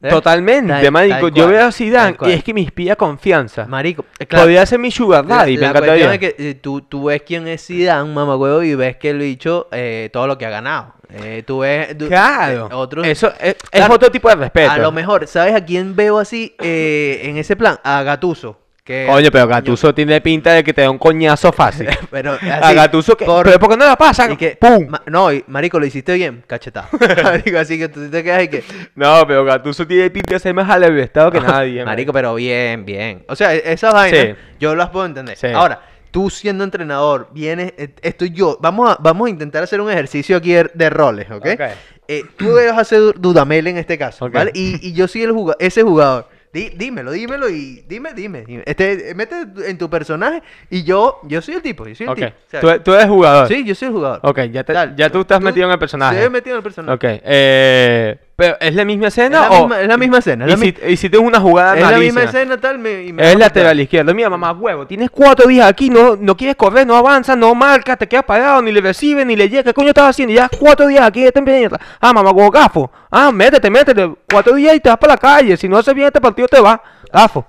A: ¿Eh?
B: Totalmente,
A: Tal-
B: marico.
A: tal
B: yo
A: cual,
B: veo a
A: tal
B: Zidane y
A: cual.
B: es que me inspira confianza.
A: Marico, eh, claro,
B: Podría ser mi sugar
A: la-
B: daddy, me
A: la
B: encantaría.
A: cuestión es que eh, tú, tú ves quién es Zidane, mamagüevo, y ves que el bicho, eh, todo lo que ha ganado. Eh, tú ves... du-
B: Claro,
A: eh, otros-
B: eso es, es
A: Claro.
B: otro tipo de respeto.
A: A lo mejor, ¿sabes a quién veo así eh, en ese plan? A Gatuso. Que,
B: Coño, pero Gatuso tiene pinta de que te da un coñazo fácil.
A: Pero así,
B: a Gatuso que.
A: por-
B: Pero ¿por qué no la pasa?
A: y que-
B: ¡Pum!
A: ma- no, y, marico, lo hiciste bien, cachetado. Marico, así que tú te quedas y que...
B: No, pero Gatuso tiene pinta de ser más alevestado que nadie.
A: Ah, Marico, pero bien, bien. O sea, e- esas vainas
B: Sí.
A: yo las puedo entender.
B: Sí.
A: Ahora, tú siendo entrenador, vienes, eh, estoy yo, vamos a, vamos a intentar hacer un ejercicio aquí de, de roles, ¿ok?
B: Ok.
A: Eh, tú debes hacer du- Dudamel en este caso,
B: Ok.
A: ¿vale? Y, y yo soy el juga- ese jugador. Di- dímelo, dímelo y dime, dime. dime. Este, eh, mete en tu personaje y yo, yo soy el tipo, yo soy el
B: Ok.
A: tipo. O sea,
B: Tú, tú eres jugador.
A: Sí, yo soy el jugador.
B: Ok, ya, te-
A: Dale,
B: ya tú estás metido en el personaje.
A: Sí, metido en el personaje.
B: Ok. Eh, pero ¿es la misma escena
A: Es la
B: o.?
A: misma- es la misma escena, es la
B: Hici- Hiciste una jugada
A: Es la misma
B: malísima.
A: escena, tal. Me, y me
B: Es
A: vas a
B: lateral
A: matar.
B: izquierdo. Mira, mamá, huevo. Tienes cuatro días aquí. No, no quieres correr, no avanzas, no marcas, te quedas parado, ni le recibe, ni le llega. ¿Qué coño estás haciendo? Ya cuatro días aquí. Esta mierda. Ah, mamá, huevo, gafo. Ah, métete, métete. Cuatro días y te vas para la calle. Si no haces bien este partido, te vas. Gafo.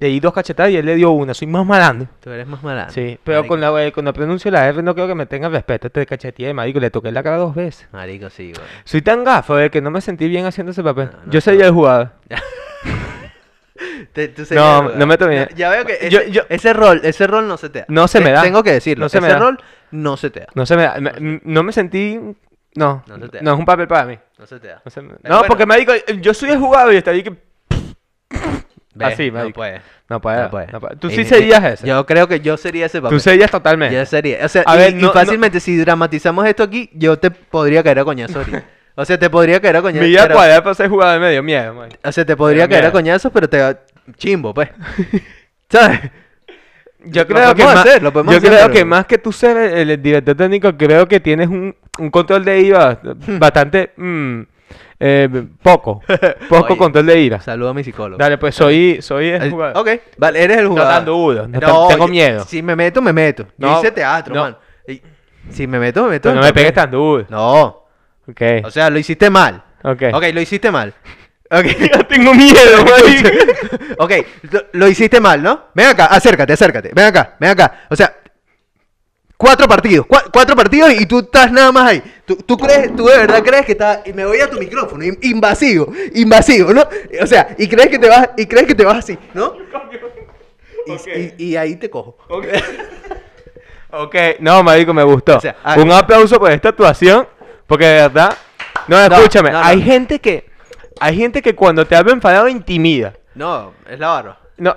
B: Le di dos cachetadas y él le dio una. Soy más malandro.
A: Tú eres más malado.
B: Sí, pero con la, eh, cuando pronuncio la R no creo que me tenga respeto. Te cacheteé, marico. Le toqué la cara dos veces.
A: Marico, sí, güey.
B: Soy tan gafo de que no me sentí bien haciendo ese papel.
A: No, no,
B: Yo sería
A: no.
B: el jugador.
A: Te- tú serías
B: No,
A: verdad.
B: no me tomé-
A: Ya veo que ese,
B: Yo- yo-
A: ese rol, ese rol no se te da.
B: No se me da.
A: Tengo que decirlo.
B: No se me
A: ese
B: da.
A: rol no se te da.
B: No se me, da- me- m- no me sentí. No,
A: No se te da.
B: no es un papel para mí.
A: No se te da.
B: No, se me-
A: Pero
B: no
A: bueno,
B: porque me dijo, yo soy el jugador y está ahí que.
A: ve,
B: así,
A: no
B: marico.
A: puede.
B: No puede.
A: no puede.
B: no puede. Tú
A: Y-
B: sí
A: y-
B: serías ese.
A: Yo creo que yo sería ese papel.
B: Tú serías totalmente.
A: Yo sería. O sea,
B: A
A: y,
B: ver,
A: y
B: no- no-
A: fácilmente si dramatizamos esto aquí, yo te podría caer a coñazo ahorita. O sea, te podría caer a coñazo.
B: Mi vida
A: pero-
B: cuadrada para ser jugador me dio miedo, marico.
A: O sea, te podría
B: Pero
A: caer a
B: mira.
A: coñazos, pero te da chimbo, pues. ¿Sabes?
B: Yo
A: Lo
B: creo que
A: podemos
B: más,
A: hacer, lo podemos
B: yo
A: hacer,
B: creo
A: pero-
B: que más que tú ser el, el director técnico, creo que tienes un, un control de IVA bastante mm, eh, poco, poco
A: Oye.
B: control de IVA.
A: Saludo a mi psicólogo.
B: Dale, pues soy soy el
A: Eh,
B: jugador.
A: Ok, vale, eres el jugador.
B: tan duro, no tan- tengo
A: yo-
B: miedo.
A: Si me meto, me meto. Yo
B: No,
A: hice teatro,
B: no.
A: mano. Y- Si me meto, me meto.
B: Pero no
A: en
B: me
A: papel.
B: pegues tan duro.
A: No.
B: Ok.
A: O sea, lo hiciste mal.
B: Ok.
A: Ok, lo hiciste mal. Ok.
B: Yo tengo miedo, marico.
A: ok, lo, lo hiciste mal, ¿no? Ven acá, acércate, acércate. Ven acá, ven acá. O sea, cuatro partidos, cua- cuatro partidos y tú estás nada más ahí. Tú, tú crees, tú de verdad crees que está y me voy a tu micrófono, in- invasivo, invasivo, ¿no? O sea, y crees que te vas, y crees que te vas así, ¿no? Y, y- y ahí te cojo.
B: Ok, no, marico, me gustó.
A: O sea, ah-
B: Un aplauso por esta actuación, porque de verdad... No, escúchame,
A: no, no.
B: hay gente que... Hay gente que cuando te habla enfadado intimida.
A: No, es la barba.
B: No,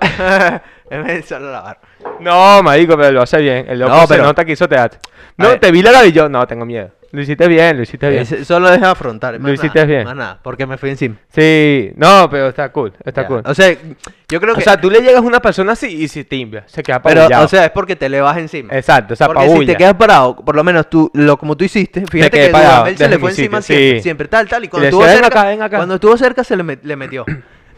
A: es solo la barba.
B: no marico, pero lo hace bien. El loco
A: No,
B: se
A: pero-
B: nota que hizo teatro. No,
A: ver.
B: te vi la cara y yo... No, tengo miedo. Lo hiciste bien, lo hiciste bien.
A: solo deja afrontar.
B: Lo
A: más
B: hiciste
A: nada,
B: bien.
A: Más nada, porque me fui encima.
B: Sí, no, pero está cool, está
A: Ya.
B: cool.
A: O sea, yo creo
B: O
A: que.
B: sea, tú le llegas a una persona así y se timbra, se queda
A: Pero,
B: apabullado.
A: o sea, es porque te le vas encima.
B: Exacto, o sea,
A: porque si
B: apabulla.
A: te quedas parado, por lo menos tú, lo como tú hiciste, fíjate
B: quedé
A: que
B: parado,
A: Dudamel se
B: desde
A: le
B: mi
A: fue encima
B: sitio,
A: siempre,
B: sí.
A: siempre, tal, tal, y
B: le
A: cuando estuvo
B: decía, "Ven
A: cerca,
B: acá, ven acá".
A: cuando estuvo cerca se le, met- le metió.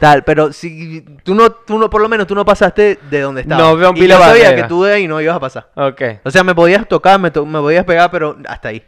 A: Tal, pero si tú no, tú no, por lo menos tú no pasaste de donde estabas.
B: No rompí
A: y
B: la
A: yo sabía
B: barrera.
A: que tú de ahí no ibas a pasar.
B: Ok.
A: O sea, me podías tocar, me, to- me podías pegar, pero hasta ahí.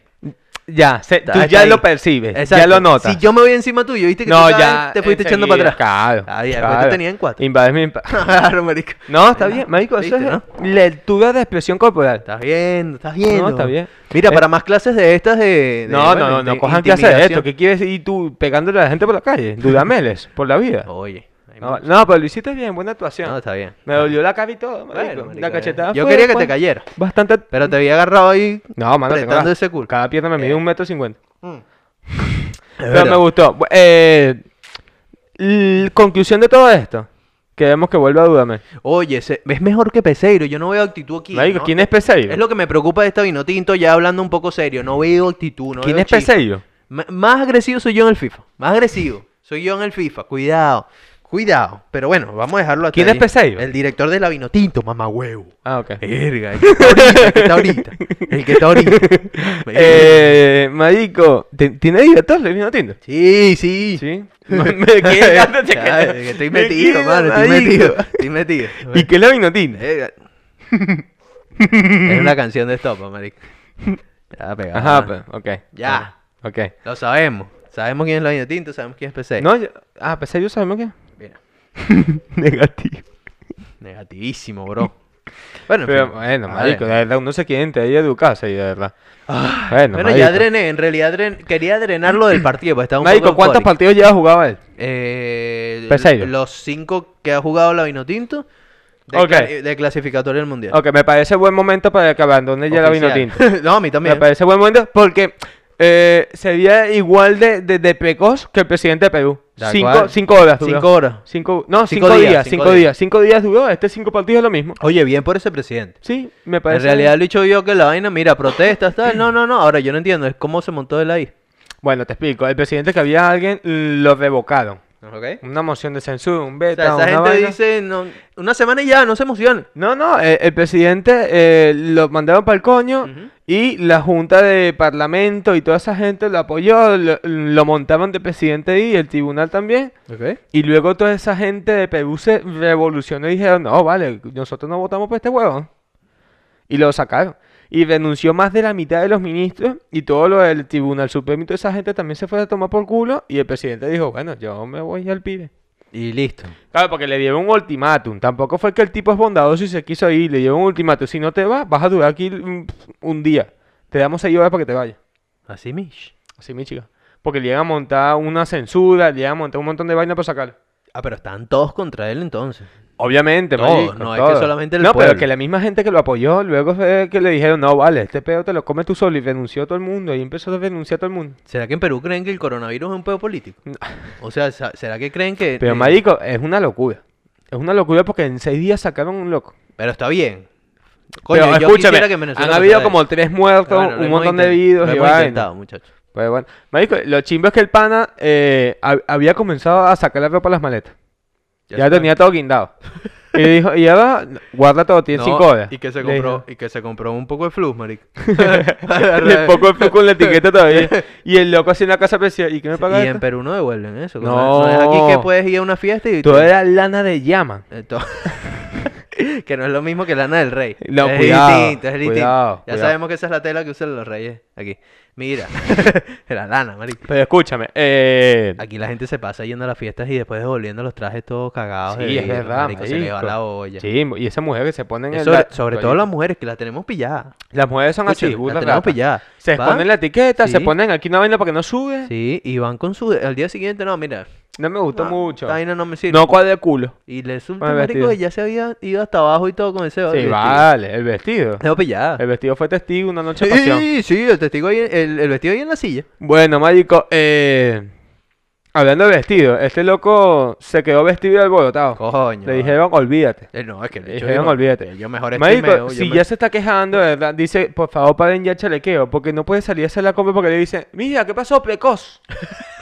B: ya, se- tú
A: Está
B: ya
A: ahí.
B: lo percibes, ya
A: Exacto.
B: lo notas.
A: Si yo me voy encima tuyo, viste que
B: no,
A: tú cada
B: ya
A: vez te fuiste echando para
B: enseguida,
A: atrás.
B: Claro.
A: Ah, ya,
B: claro.
A: después te tenían cuatro.
B: Invades mi impa-
A: Claro, marico.
B: No, está bien, marico, eso
A: Viste,
B: es
A: ¿no?
B: lectura de expresión corporal.
A: Estás viendo, estás viendo.
B: No, está bien.
A: Mira,
B: Eh,
A: para más clases de estas de... de,
B: No,
A: bueno,
B: no, no,
A: de
B: no cojan clase de esto.
A: intimidación.
B: ¿Qué quieres ir tú pegándole a la gente por la calle? Dudameles, por la vida.
A: Oye. hay
B: No,
A: mucho.
B: no, pero lo hiciste bien, buena actuación.
A: Oh, No, está bien.
B: Me dolió la cara y todo,
A: Bueno,
B: marico.
A: marico,
B: la cachetada
A: Yo
B: fue,
A: quería que te
B: pues,
A: cayera.
B: Bastante...
A: Pero te había agarrado ahí.
B: No, mano, tengo
A: apretando
B: la-
A: ese culo. Eh, mm.
B: cada pierna me mide un metro cincuenta. Pero
A: verdad.
B: me gustó. Bu- Eh, l- conclusión de todo esto. Queremos que vuelva a dudarme.
A: Oye, se- es mejor que Peseiro. Yo no veo actitud aquí.
B: Marico,
A: ¿no?
B: ¿quién es Peseiro?
A: Es lo que me preocupa de esta vino tinto, ya hablando un poco serio. No veo actitud, no
B: ¿Quién
A: veo
B: es
A: chispa.
B: Peseiro?
A: M- más agresivo soy yo en el FIFA. Más agresivo soy yo en el FIFA. Cuidado. Cuidado. Pero bueno, vamos a dejarlo aquí.
B: ¿Quién es Peseiro?
A: El director de la Vinotinto, mamá huevo.
B: Ah, ok.
A: Verga, el que está ahorita. El que está ahorita. El que está ahorita.
B: Eh, marico, ¿te- ¿tiene director el mismo Tinder?
A: Sí, sí.
B: Sí. Me quedé-
A: Ay, que estoy
B: me
A: metido,
B: quedo,
A: mano. Estoy
B: marico.
A: metido. Estoy metido. Eh,
B: ¿Y qué es la vinotina?
A: Verga. Es una canción de Estopa, marico. Ya, pegado.
B: Ajá,
A: mano.
B: pues, ok.
A: ah,
B: Ah,
A: Ya.
B: Ok.
A: Lo sabemos. Sabemos quién es la tinto, sabemos quién es PC.
B: No, yo- ah, pensé yo sabemos qué.
A: Mira,
B: Negativo.
A: negativísimo, bro. Bueno, en
B: Pero
A: fin.
B: bueno,
A: A
B: marico, de
A: ver.
B: verdad, uno se quiere entre ahí educarse ahí, de verdad. bueno,
A: Ah, Bueno, ya drené, en realidad dren- quería drenarlo del partido, porque estaba un
B: Marico,
A: poco
B: ¿cuántos
A: eufórico.
B: partidos lleva jugado él?
A: Eh,
B: Peseiro.
A: Los cinco que ha jugado la Vinotinto de,
B: Ok.
A: cla- de clasificatoria del Mundial.
B: Ok, me parece buen momento para que abandone ya la
A: Oficial.
B: vinotinta.
A: no, a mí también.
B: Me parece buen momento porque eh, sería igual de, de, de precoz que el presidente de Perú.
A: Tal
B: Cinco,
A: cual.
B: cinco horas duró.
A: Cinco horas.
B: Cinco, no,
A: Cinco
B: cinco,
A: días,
B: días,
A: cinco
B: cinco días.
A: días.
B: Cinco días duró, este cinco partidos es lo mismo.
A: Oye, bien por ese presidente.
B: Sí, me parece.
A: En realidad, Lucho vio que la vaina, mira, protestas, tal. No, no, no. Ahora yo no entiendo, es cómo se montó él ahí.
B: Bueno, te explico. El presidente que había alguien lo revocaron.
A: ¿Ok?
B: Una moción de censura, un
A: O sea,
B: beta,
A: esa
B: una
A: gente
B: vaina.
A: dice, no, una semana y ya, no se emocionen.
B: No, no, eh, el presidente eh, lo mandaron para el coño y la Junta de Parlamento y toda esa gente lo apoyó, lo, lo montaron de presidente y el tribunal también.
A: ¿Ok?
B: Y luego toda esa gente de Perú se revolucionó y dijeron, no, vale, nosotros no votamos por este huevón. Y lo sacaron. Y renunció más de la mitad de los ministros y todo lo del Tribunal Supremo y toda esa gente también se fue a tomar por culo y el presidente dijo, bueno, yo me voy al pibe.
A: Y listo.
B: Claro, porque le dieron un ultimátum. Tampoco fue que el tipo es bondadoso y se quiso ir. Le dieron un ultimátum. Si no te vas, vas a durar aquí un, un día. Te damos seis horas para que te vayas.
A: Así, Mish.
B: Así, mi chica. Porque le iban a montar una censura, le iban a montar un montón de vaina para sacarlo.
A: Ah, pero están todos contra él entonces.
B: Obviamente,
A: Todos,
B: marico,
A: no es que
B: todos.
A: solamente el
B: No,
A: pueblo.
B: pero que la misma gente que lo apoyó, luego fue que le dijeron, no, vale, este pedo te lo comes tú solo y renunció todo el mundo y empezó a renunciar todo el mundo.
A: ¿Será que en Perú creen que el coronavirus es un pedo político? O sea, sa- ¿será que creen que...
B: Pero,
A: eh,
B: marico, es una locura. Es una locura porque en seis días sacaron un loco.
A: Pero está bien. Coño,
B: pero,
A: yo
B: escúchame,
A: quisiera que en Venezuela
B: han
A: pasara
B: habido
A: eso.
B: como tres muertos,
A: Pero bueno, lo
B: un
A: hemos
B: montón de
A: intent-
B: heridos
A: Lo
B: y
A: hemos
B: vaina.
A: intentado, muchachos.
B: Pues bueno, marico, lo chimbo es que el pana eh, hab- había comenzado a sacar la ropa a las maletas. Ya,
A: está.
B: tenía todo guindado. y dijo, y ahora guarda todo, tiene
A: No,
B: cinco horas.
A: Y que, se
B: Le
A: compró,
B: dijo.
A: y que se compró un poco de flux, marico.
B: Le pongo el flu con la etiqueta todavía. Y el loco así en la casa preciosa. ¿Y qué me paga
A: Y en
B: esto?
A: Perú no devuelven eso. como No. es aquí
B: No.
A: que puedes ir a una fiesta y...
B: Todo era lana de llama.
A: Eh, to- que no es lo mismo que lana del rey.
B: No,
A: es
B: cuidado,
A: distinto, es distinto.
B: cuidado,
A: ya
B: cuidado.
A: sabemos que esa es la tela que usan los reyes aquí. Mira, la lana, marico.
B: Pero escúchame, eh,
A: Aquí la gente se pasa yendo a las fiestas y después devolviendo los trajes todos cagados.
B: sí, es
A: heridos,
B: verdad,
A: marico, Se le va
B: marico.
A: la olla.
B: Chimbo, y esa mujer que se pone en
A: Es
B: el...
A: sobre,
B: la-
A: sobre todo las mujeres que las tenemos pilladas.
B: Las mujeres son así,
A: Escúchame,
B: burda
A: la tenemos
B: rata.
A: pillada.
B: Se
A: Va,
B: ponen la etiqueta, se
A: sí.
B: ponen aquí una vaina para que no sube.
A: Sí, y van con su. Al día siguiente, no, mira.
B: No me gustó
A: no,
B: mucho.
A: Esta vaina no me sirve.
B: No cuadre culo.
A: Y le resulta,
B: Con el
A: marico,
B: vestido.
A: que ya se había ido hasta abajo y todo con ese.
B: Sí,
A: vestido.
B: vale, el vestido.
A: Tenemos pillada.
B: El vestido fue testigo una noche de pasión.
A: Sí, sí, el testigo ahí, el, el vestido ahí en la silla.
B: Bueno, marico, eh, hablando de vestido, este loco se quedó vestido y alborotado.
A: Coño.
B: Le dijeron, olvídate.
A: Eh, no, es que
B: Le
A: hecho
B: dijeron,
A: digo,
B: olvídate.
A: Yo mejor estoy
B: Marico,
A: meo, yo
B: si
A: me-
B: ya se está quejando, de verdad, dice, por favor, paren ya el chalequeo, porque no puede salir a hacer la compra porque le dice, mira, ¿qué pasó, precoz?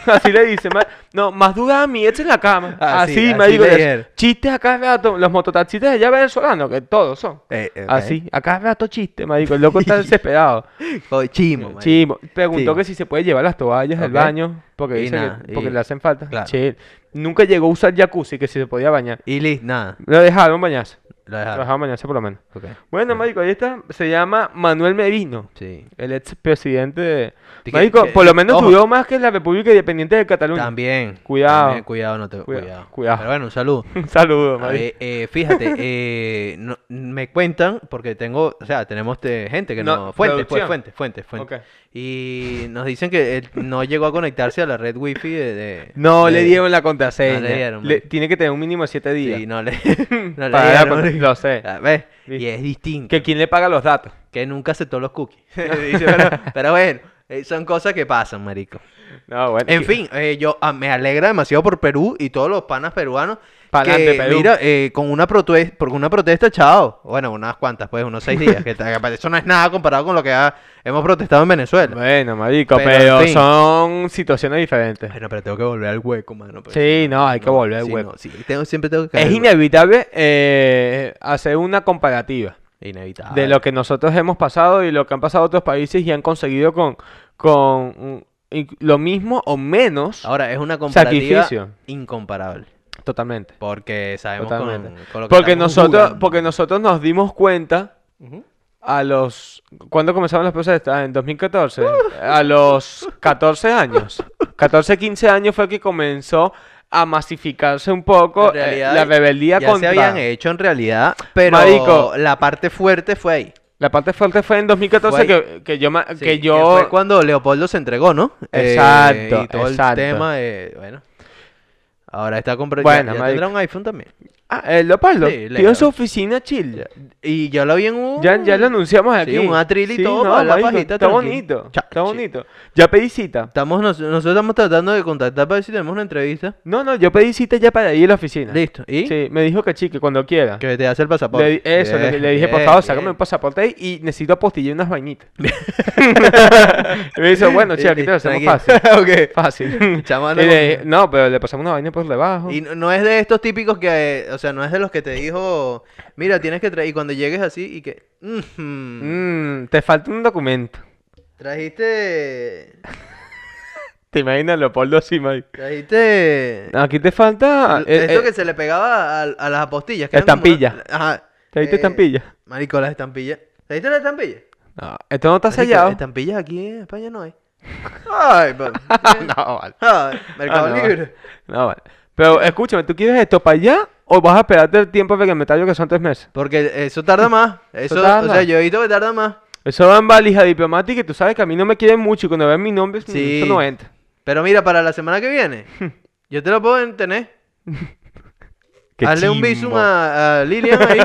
B: así le dice, ma- no, más duda a mí, echa en la cama.
A: Ah, sí,
B: así,
A: así
B: marico,
A: le
B: es-
A: dijeron.
B: chistes acá rato, los mototaxistas de allá venezolanos, que todos son.
A: Eh, eh, ok.
B: Así, acá rato chiste, marico, el loco está desesperado.
A: Joder, eh, chimo, marico.
B: Chimo. Preguntó
A: Sí.
B: que si se puede llevar las toallas del
A: Ok.
B: baño, porque,
A: Y
B: dice que-
A: nada,
B: porque
A: y-
B: le hacen falta.
A: claro.
B: Chill. Nunca llegó a usar jacuzzi, que si se podía bañar.
A: Y listo, nada.
B: Lo dejaron bañarse.
A: Lo
B: Lo
A: dejaron.
B: dejaba amanecer por lo menos.
A: Ok.
B: Bueno, marico, ahí está. Se llama Manuel Merino.
A: Sí.
B: El ex presidente de...
A: Que-
B: Marico,
A: que-
B: por lo menos
A: ojo.
B: duró más que la República Independiente de Cataluña.
A: También.
B: Cuidado.
A: también, cuidado, no te.
B: Cuida-
A: Cuidado.
B: cuidado.
A: Pero bueno, un saludo.
B: Un saludo,
A: A
B: marico.
A: ver, eh, fíjate, eh, no- me cuentan, porque tengo, o sea, tenemos eh, gente que
B: No,
A: no. fuente, pues,
B: producción.
A: fuente, fuente, fuente.
B: Ok.
A: Y nos dicen que él no llegó a conectarse a la red wifi de. de-
B: No
A: de-
B: le dieron la contraseña.
A: No Ah, le dieron,
B: Le-
A: marico.
B: tiene que tener un mínimo de 7 días.
A: Sí, no le. no le
B: Para dar la
A: dieron,
B: contra-
A: marico.
B: lo sé.
A: Ah, ¿Ves? Y
B: Viste.
A: es distinto.
B: Que quién le paga los datos.
A: Que nunca aceptó los cookies. Dice, pero, pero bueno, eh, son cosas que pasan, marico.
B: No, bueno.
A: En
B: que-
A: fin, eh, yo ah, me alegra demasiado por Perú y todos los panas peruanos.
B: Pa'lante,
A: que,
B: Perú.
A: Mira, eh, con una protesta, por una protesta, chao. Bueno, unas cuantas, pues, unos seis días. que ta- eso no es nada comparado con lo que ha- hemos protestado en Venezuela.
B: Bueno, marico,
A: Pero,
B: pero,
A: en fin.
B: son situaciones diferentes.
A: Bueno, pero tengo que volver al hueco, mano. pues,
B: Sí, no, hay que volver al
A: sí,
B: hueco.
A: no, sí, tengo- siempre tengo que caer
B: Es
A: al hueco.
B: inevitable eh, hacer una comparativa
A: inevitable.
B: de lo que nosotros hemos pasado y lo que han pasado otros países y han conseguido con, con mm, inc- lo mismo o menos
A: Ahora, es una comparativa
B: Sacrificio.
A: incomparable.
B: totalmente.
A: Porque sabemos con,
B: Totalmente.
A: con lo que
B: Porque
A: estamos
B: nosotros,
A: jugando.
B: porque nosotros nos dimos cuenta
A: Ujú.
B: a los... ¿Cuándo comenzaron las protestas? En 2014. A los 14 años. 14, 15 años fue que comenzó a masificarse un poco
A: En
B: eh,
A: realidad,
B: la rebeldía
A: ya
B: contra...
A: se habían hecho en realidad, pero
B: Marico.
A: la parte fuerte fue ahí.
B: La parte fuerte fue en 2014
A: Fue ahí.
B: que, que yo... ma-
A: Sí,
B: que yo...
A: fue cuando Leopoldo se entregó, ¿no? Eh,
B: Exacto,
A: y todo
B: exacto.
A: el tema de... Bueno. Ahora está comprando...
B: Bueno,
A: ya, ya
B: marico.
A: tendrá un iPhone también.
B: Ah, el Leopoldo.
A: Sí,
B: tío
A: Leo.
B: en su oficina chill.
A: Y yo lo vi en un...
B: Ya, ya lo anunciamos
A: Sí,
B: aquí.
A: un atril y todo
B: no,
A: para la
B: marico,
A: pajita,
B: Está
A: tranquilo.
B: bonito.
A: Cha-
B: Está
A: sí.
B: bonito. Ya pedí cita.
A: Estamos, nos- nosotros estamos tratando de contactar para ver si tenemos una entrevista.
B: No, no, yo pedí cita ya para ir a la oficina.
A: Listo. ¿Y?
B: Sí, me dijo que chique, cuando quiera.
A: Que te hace el
B: Le
A: pasaporte.
B: di- eso, le-
A: Bien,
B: le, dije, por
A: bien,
B: favor, sácame
A: bien.
B: un pasaporte ahí y necesito apostillar unas vainitas. y me dice, bueno, chica, aquí te lo hacemos
A: Tranquilo.
B: fácil.
A: Ok.
B: Fácil.
A: Chama,
B: Y
A: no-
B: le dije, no, pero le pasamos una vaina por debajo.
A: Y no- no es de estos típicos que, o sea, no es de los que te dijo, mira, tienes que traer, y cuando llegues así, y que, "Mm,
B: Mm, te falta un documento.
A: trajiste,
B: Te imaginas Leopoldo así, Mike.
A: trajiste,
B: Aquí te falta.
A: lo-
B: eh,
A: esto
B: eh,
A: que se le pegaba a, a las apostillas. que
B: la
A: eran como una-
B: estampilla.
A: ajá.
B: ¿Trajiste
A: eh,
B: estampilla?
A: Marico, las estampillas. ¿Trajiste las estampillas?
B: No, esto no
A: Marico,
B: está
A: este
B: sellado. Ah,
A: Estampillas aquí en España no hay. Ay, pa-
B: no, vale.
A: Ay, Mercado
B: Ah, no,
A: Libre.
B: No, vale. Pero escúchame, ¿tú quieres esto para allá o vas a esperarte el tiempo de que me tallo que son tres meses?
A: Porque eso tarda más. Eso,
B: tarda.
A: o sea, yo he visto que tarda más.
B: Eso va en valija diplomática y tú sabes que a mí no me quieren mucho y cuando vean mi nombre, mm,
A: Sí.
B: eso no entra.
A: Pero mira, para la semana que viene, yo te lo puedo tener.
B: Qué
A: Hazle un
B: chimbo.
A: visum a, a Lilian ahí.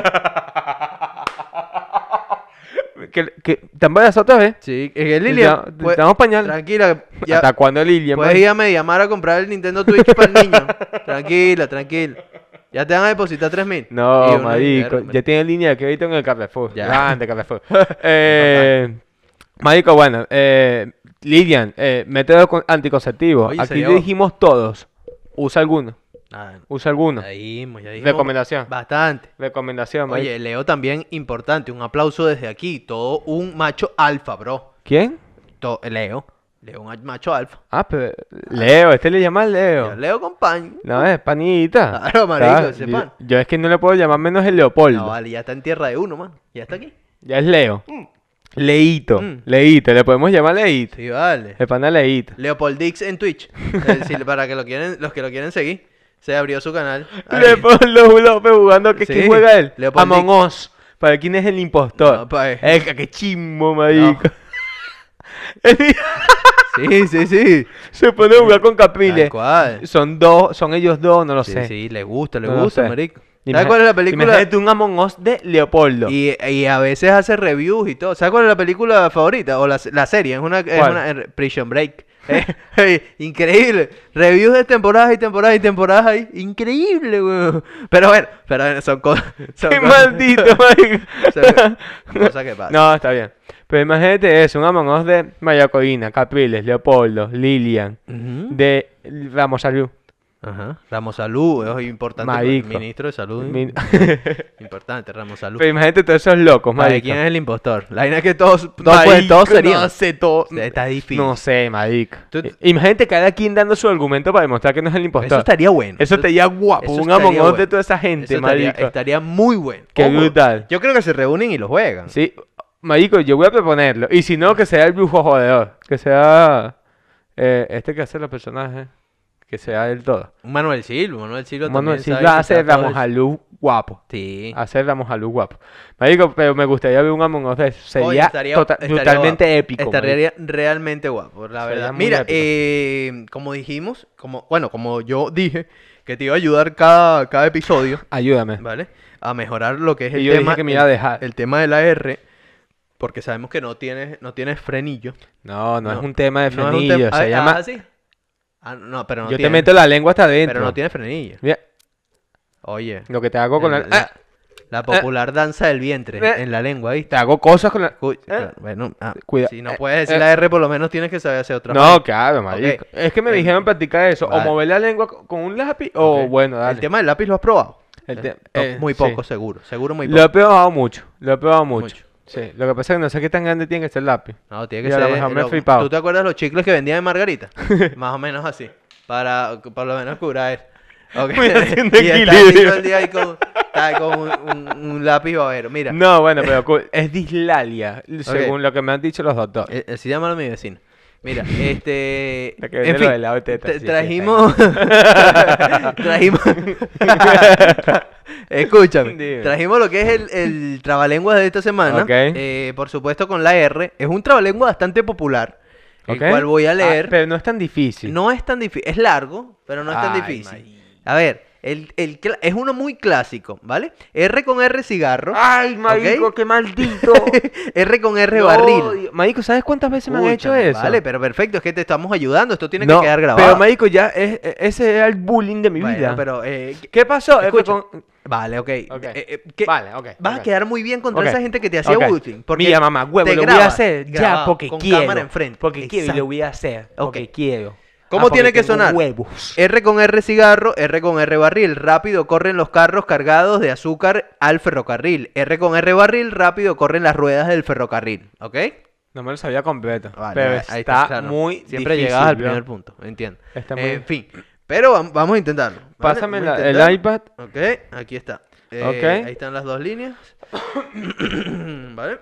B: Que, que, ¿Te embarazó otra vez?
A: sí, es que Lilian. pues,
B: Ya, te damos pañal.
A: Tranquila, ya.
B: ¿Hasta cuándo Lilian?
A: Puedes ir a Mediamar a comprar el Nintendo Twitch para el niño. Tranquila, tranquila. Ya te van a depositar 3000. Y
B: No,
A: uno,
B: marico.
A: verga,
B: Ya tiene línea de crédito en el Carrefour.
A: Ya.
B: Grande Carrefour. eh, marico, bueno. Eh, Lilian, eh, método con- anticonceptivo.
A: Oye, se
B: Aquí
A: llevó.
B: dijimos todos. Usa alguno.
A: Ah,
B: Usa alguno.
A: ya dijimos, ya dijimos.
B: Recomendación.
A: Bastante.
B: Recomendación, marico.
A: Oye, Leo también, importante. Un aplauso desde aquí. Todo un macho alfa, bro.
B: ¿Quién?
A: To- Leo. Leo, un macho alfa.
B: Ah, pero Leo, este le llama Leo.
A: Yo Leo compañero.
B: No, es panita.
A: Claro, marico,
B: Claro,
A: ese
B: yo,
A: pan.
B: yo es que no le puedo llamar menos el Leopoldo.
A: No, vale, ya está en tierra de uno, man. Ya está aquí.
B: Ya es Leo. Leito.
A: Mm.
B: Leito, le podemos llamar Leito.
A: Sí, vale.
B: El pana Leito.
A: Leopoldix en Twitch. Es decir, para que lo quieren, los que lo quieren seguir, se abrió su canal. Ahí.
B: Leopoldo López jugando. ¿Qué, qué
A: Sí.
B: juega él?
A: Leopoldo.
B: Among Us. Para quién es el impostor.
A: No, pues. pa' él.
B: Eh, qué chimbo, marico. Él
A: Sí, sí, sí.
B: Se pone a jugar con
A: Tal
B: Capriles.
A: cual.
B: Son dos, son ellos dos, no lo
A: Sí,
B: sé.
A: sí, le gusta, le
B: No lo
A: gusta,
B: sé.
A: marico. ¿Sabes
B: Imagina-
A: cuál es la película?
B: Imagínate un Among Us de Leopoldo.
A: Y, y a veces hace reviews y todo. ¿Sabes cuál es la película favorita? O la, la serie, es una, es
B: ¿Cuál?
A: una- eh, Prison Break. Eh, increíble. Reviews de temporadas y temporadas y temporadas ahí. Increíble, weón. Pero bueno, pero bueno, son cosas. son
B: ¡Qué
A: cosas-
B: maldito, marico!
A: son cosas que pasan.
B: No, está bien. Pero imagínate eso, un Among Us de
A: ¿Mm?
B: Mayacoína, Capriles, Leopoldo, Lilian,
A: Ujú.
B: de Ramos Aliú.
A: Ajá. Ramos Salud, es importante. por-
B: Marico.
A: Ministro de Salud.
B: Min-
A: Importante, Ramos Salud.
B: Pero imagínate todos esos locos,
A: Marico,
B: marico.
A: ¿Quién es el impostor? La vaina es que todos, todos, pueden-
B: Marico,
A: todos serían.
B: No sé, todo...
A: Está difícil.
B: Mm. No sé, marico.
A: Tú-
B: Eh, Imagínate cada quien dando su argumento para demostrar que no es el impostor.
A: Eso estaría bueno.
B: Eso estaría guapo,
A: eso
B: un
A: estaría
B: Among Us
A: bueno.
B: de toda esa gente,
A: Eso estaría,
B: marico.
A: estaría muy bueno.
B: Qué
A: Ojo,
B: brutal.
A: Yo creo que se reúnen y lo juegan.
B: Sí, marico, yo voy a proponerlo. Y si no, que sea el brujo jodedor. Que sea eh, este que hace los personajes. Que sea el todo.
A: Un Manuel Silva, Manuel Silva
B: Manuel
A: también sabe
B: Silva hace Ah,
A: interpretar todo
B: Ramos
A: eso.
B: Alú guapo.
A: Sí.
B: Hace Ramos Alú guapo. Marico, pero me gustaría ver un Among Us de eso. Sería
A: Oye, estaría-
B: tota-
A: estaría
B: brutalmente
A: guapo.
B: épico. marico.
A: Estaría realmente guapo, la
B: Sería
A: verdad.
B: muy
A: Mira,
B: épico.
A: eh, como dijimos, como bueno, como yo dije que te iba a ayudar cada, cada episodio,
B: Ayúdame.
A: ¿vale? A mejorar lo que es
B: Y
A: el
B: yo dije
A: tema
B: que me iba a
A: el-
B: dejar.
A: el tema de la R, porque sabemos que no tienes no tienes frenillo.
B: No, no, es
A: No,
B: un tema de
A: No es un
B: frenillo.
A: tema-
B: Se
A: ah,
B: llama...
A: ah, ¿sí? Ah, no, pero no
B: yo te
A: tiene,
B: meto la lengua hasta adentro.
A: pero no tiene frenillo.
B: Mira,
A: Oye,
B: lo que te hago con la...
A: el- la,
B: ¡Ah!
A: la popular danza del vientre
B: eh,
A: en la lengua, ¿viste?
B: Te hago cosas con la...
A: Cu-
B: eh,
A: bueno, ah,
B: cuida-
A: si no
B: eh,
A: puedes decir
B: eh.
A: la R, por lo menos tienes que saber hacer otra
B: No,
A: vaina.
B: claro, marico. Es que me
A: Eh,
B: dijeron practicar eso.
A: vale.
B: O mover la lengua co- con un lápiz o,
A: Ok.
B: oh, bueno, dale.
A: El tema del lápiz lo has probado.
B: El
A: Eh,
B: te-
A: to-
B: eh,
A: muy
B: sí.
A: poco, seguro. Seguro muy poco.
B: Lo he probado mucho. Lo he probado mucho.
A: Mucho.
B: Sí. Lo que pasa es que no sé qué tan grande tiene que ser el lápiz.
A: No, tiene que
B: Y a
A: ser.
B: lo mejor me he
A: lo-
B: flipado.
A: ¿Tú te acuerdas los chicles que vendían en Margarita? Más o menos así. Para, por lo menos curar eso. Ok.
B: Voy haciendo
A: y está
B: equilibrio.
A: ahí todo el día ahí con, está con un, un- un lápiz babero. Mira,
B: No, bueno, pero cool. es dislalia, según lo que me han dicho los doctores.
A: eh, así llaman a mi vecino. Mira, este.
B: La que vende
A: en
B: los
A: fin,
B: helados de teta,
A: tra-
B: sí, sí, está ahí.
A: trajimos. trajimos. Escúchame.
B: Dime.
A: Trajimos lo que es el, el trabalenguas de esta semana.
B: Ok.
A: eh, por supuesto, con la R. Es un trabalengua bastante popular. El
B: ¿ok?
A: cual voy a
B: Ah,
A: leer.
B: pero no es tan difícil.
A: No es tan difícil. Es largo, pero no es tan
B: Ay,
A: difícil.
B: marico.
A: A ver, el, el cla- es uno muy clásico, ¿vale? R con R cigarro.
B: Ay, marico,
A: ¿ok?
B: qué maldito.
A: R con R
B: Lo
A: barril.
B: odio. Marico, ¿sabes cuántas veces me han hecho
A: Escúchame,
B: eso?
A: Vale, pero perfecto, es que te estamos ayudando, esto tiene
B: No,
A: que quedar grabado.
B: Pero, marico, ya es- e- ese era el bullying de mi
A: Bueno,
B: vida.
A: pero, eh, ¿qué-
B: ¿Qué pasó? Eh,
A: escucha.
B: con-
A: Vale, ok.
B: Ok.
A: Eh, eh, ¿qué-
B: Vale, ok,
A: Vas
B: ok.
A: a quedar muy bien contra
B: Ok,
A: esa gente que te hacía
B: ok.
A: bullying. Porque
B: Mira, mamá, huevo,
A: te
B: lo voy a
A: grabado,
B: hacer ya
A: grabado,
B: porque
A: con
B: quiero.
A: cámara enfrente.
B: Porque quiero y
A: Exacto.
B: lo voy a hacer porque
A: Ok.
B: quiero.
A: ¿Cómo
B: Ah, porque
A: tiene que
B: tengo
A: sonar?
B: Huevos.
A: R con R cigarro, R con R barril, rápido corren los carros cargados de azúcar al ferrocarril. R con R barril, rápido corren las ruedas del ferrocarril. ¿Ok?
B: No me lo sabía completo.
A: Vale,
B: pero
A: ahí
B: está,
A: o sea, no,
B: muy
A: Siempre
B: difícil,
A: llegabas al
B: bro.
A: primer punto, entiendo. Eh,
B: Está muy-
A: En fin, pero vam- vamos a intentarlo. ¿vale?
B: Pásame
A: Vamos a intentarlo.
B: la- el iPad.
A: Ok, aquí está. Eh,
B: Ok.
A: Ahí están las dos líneas. vale.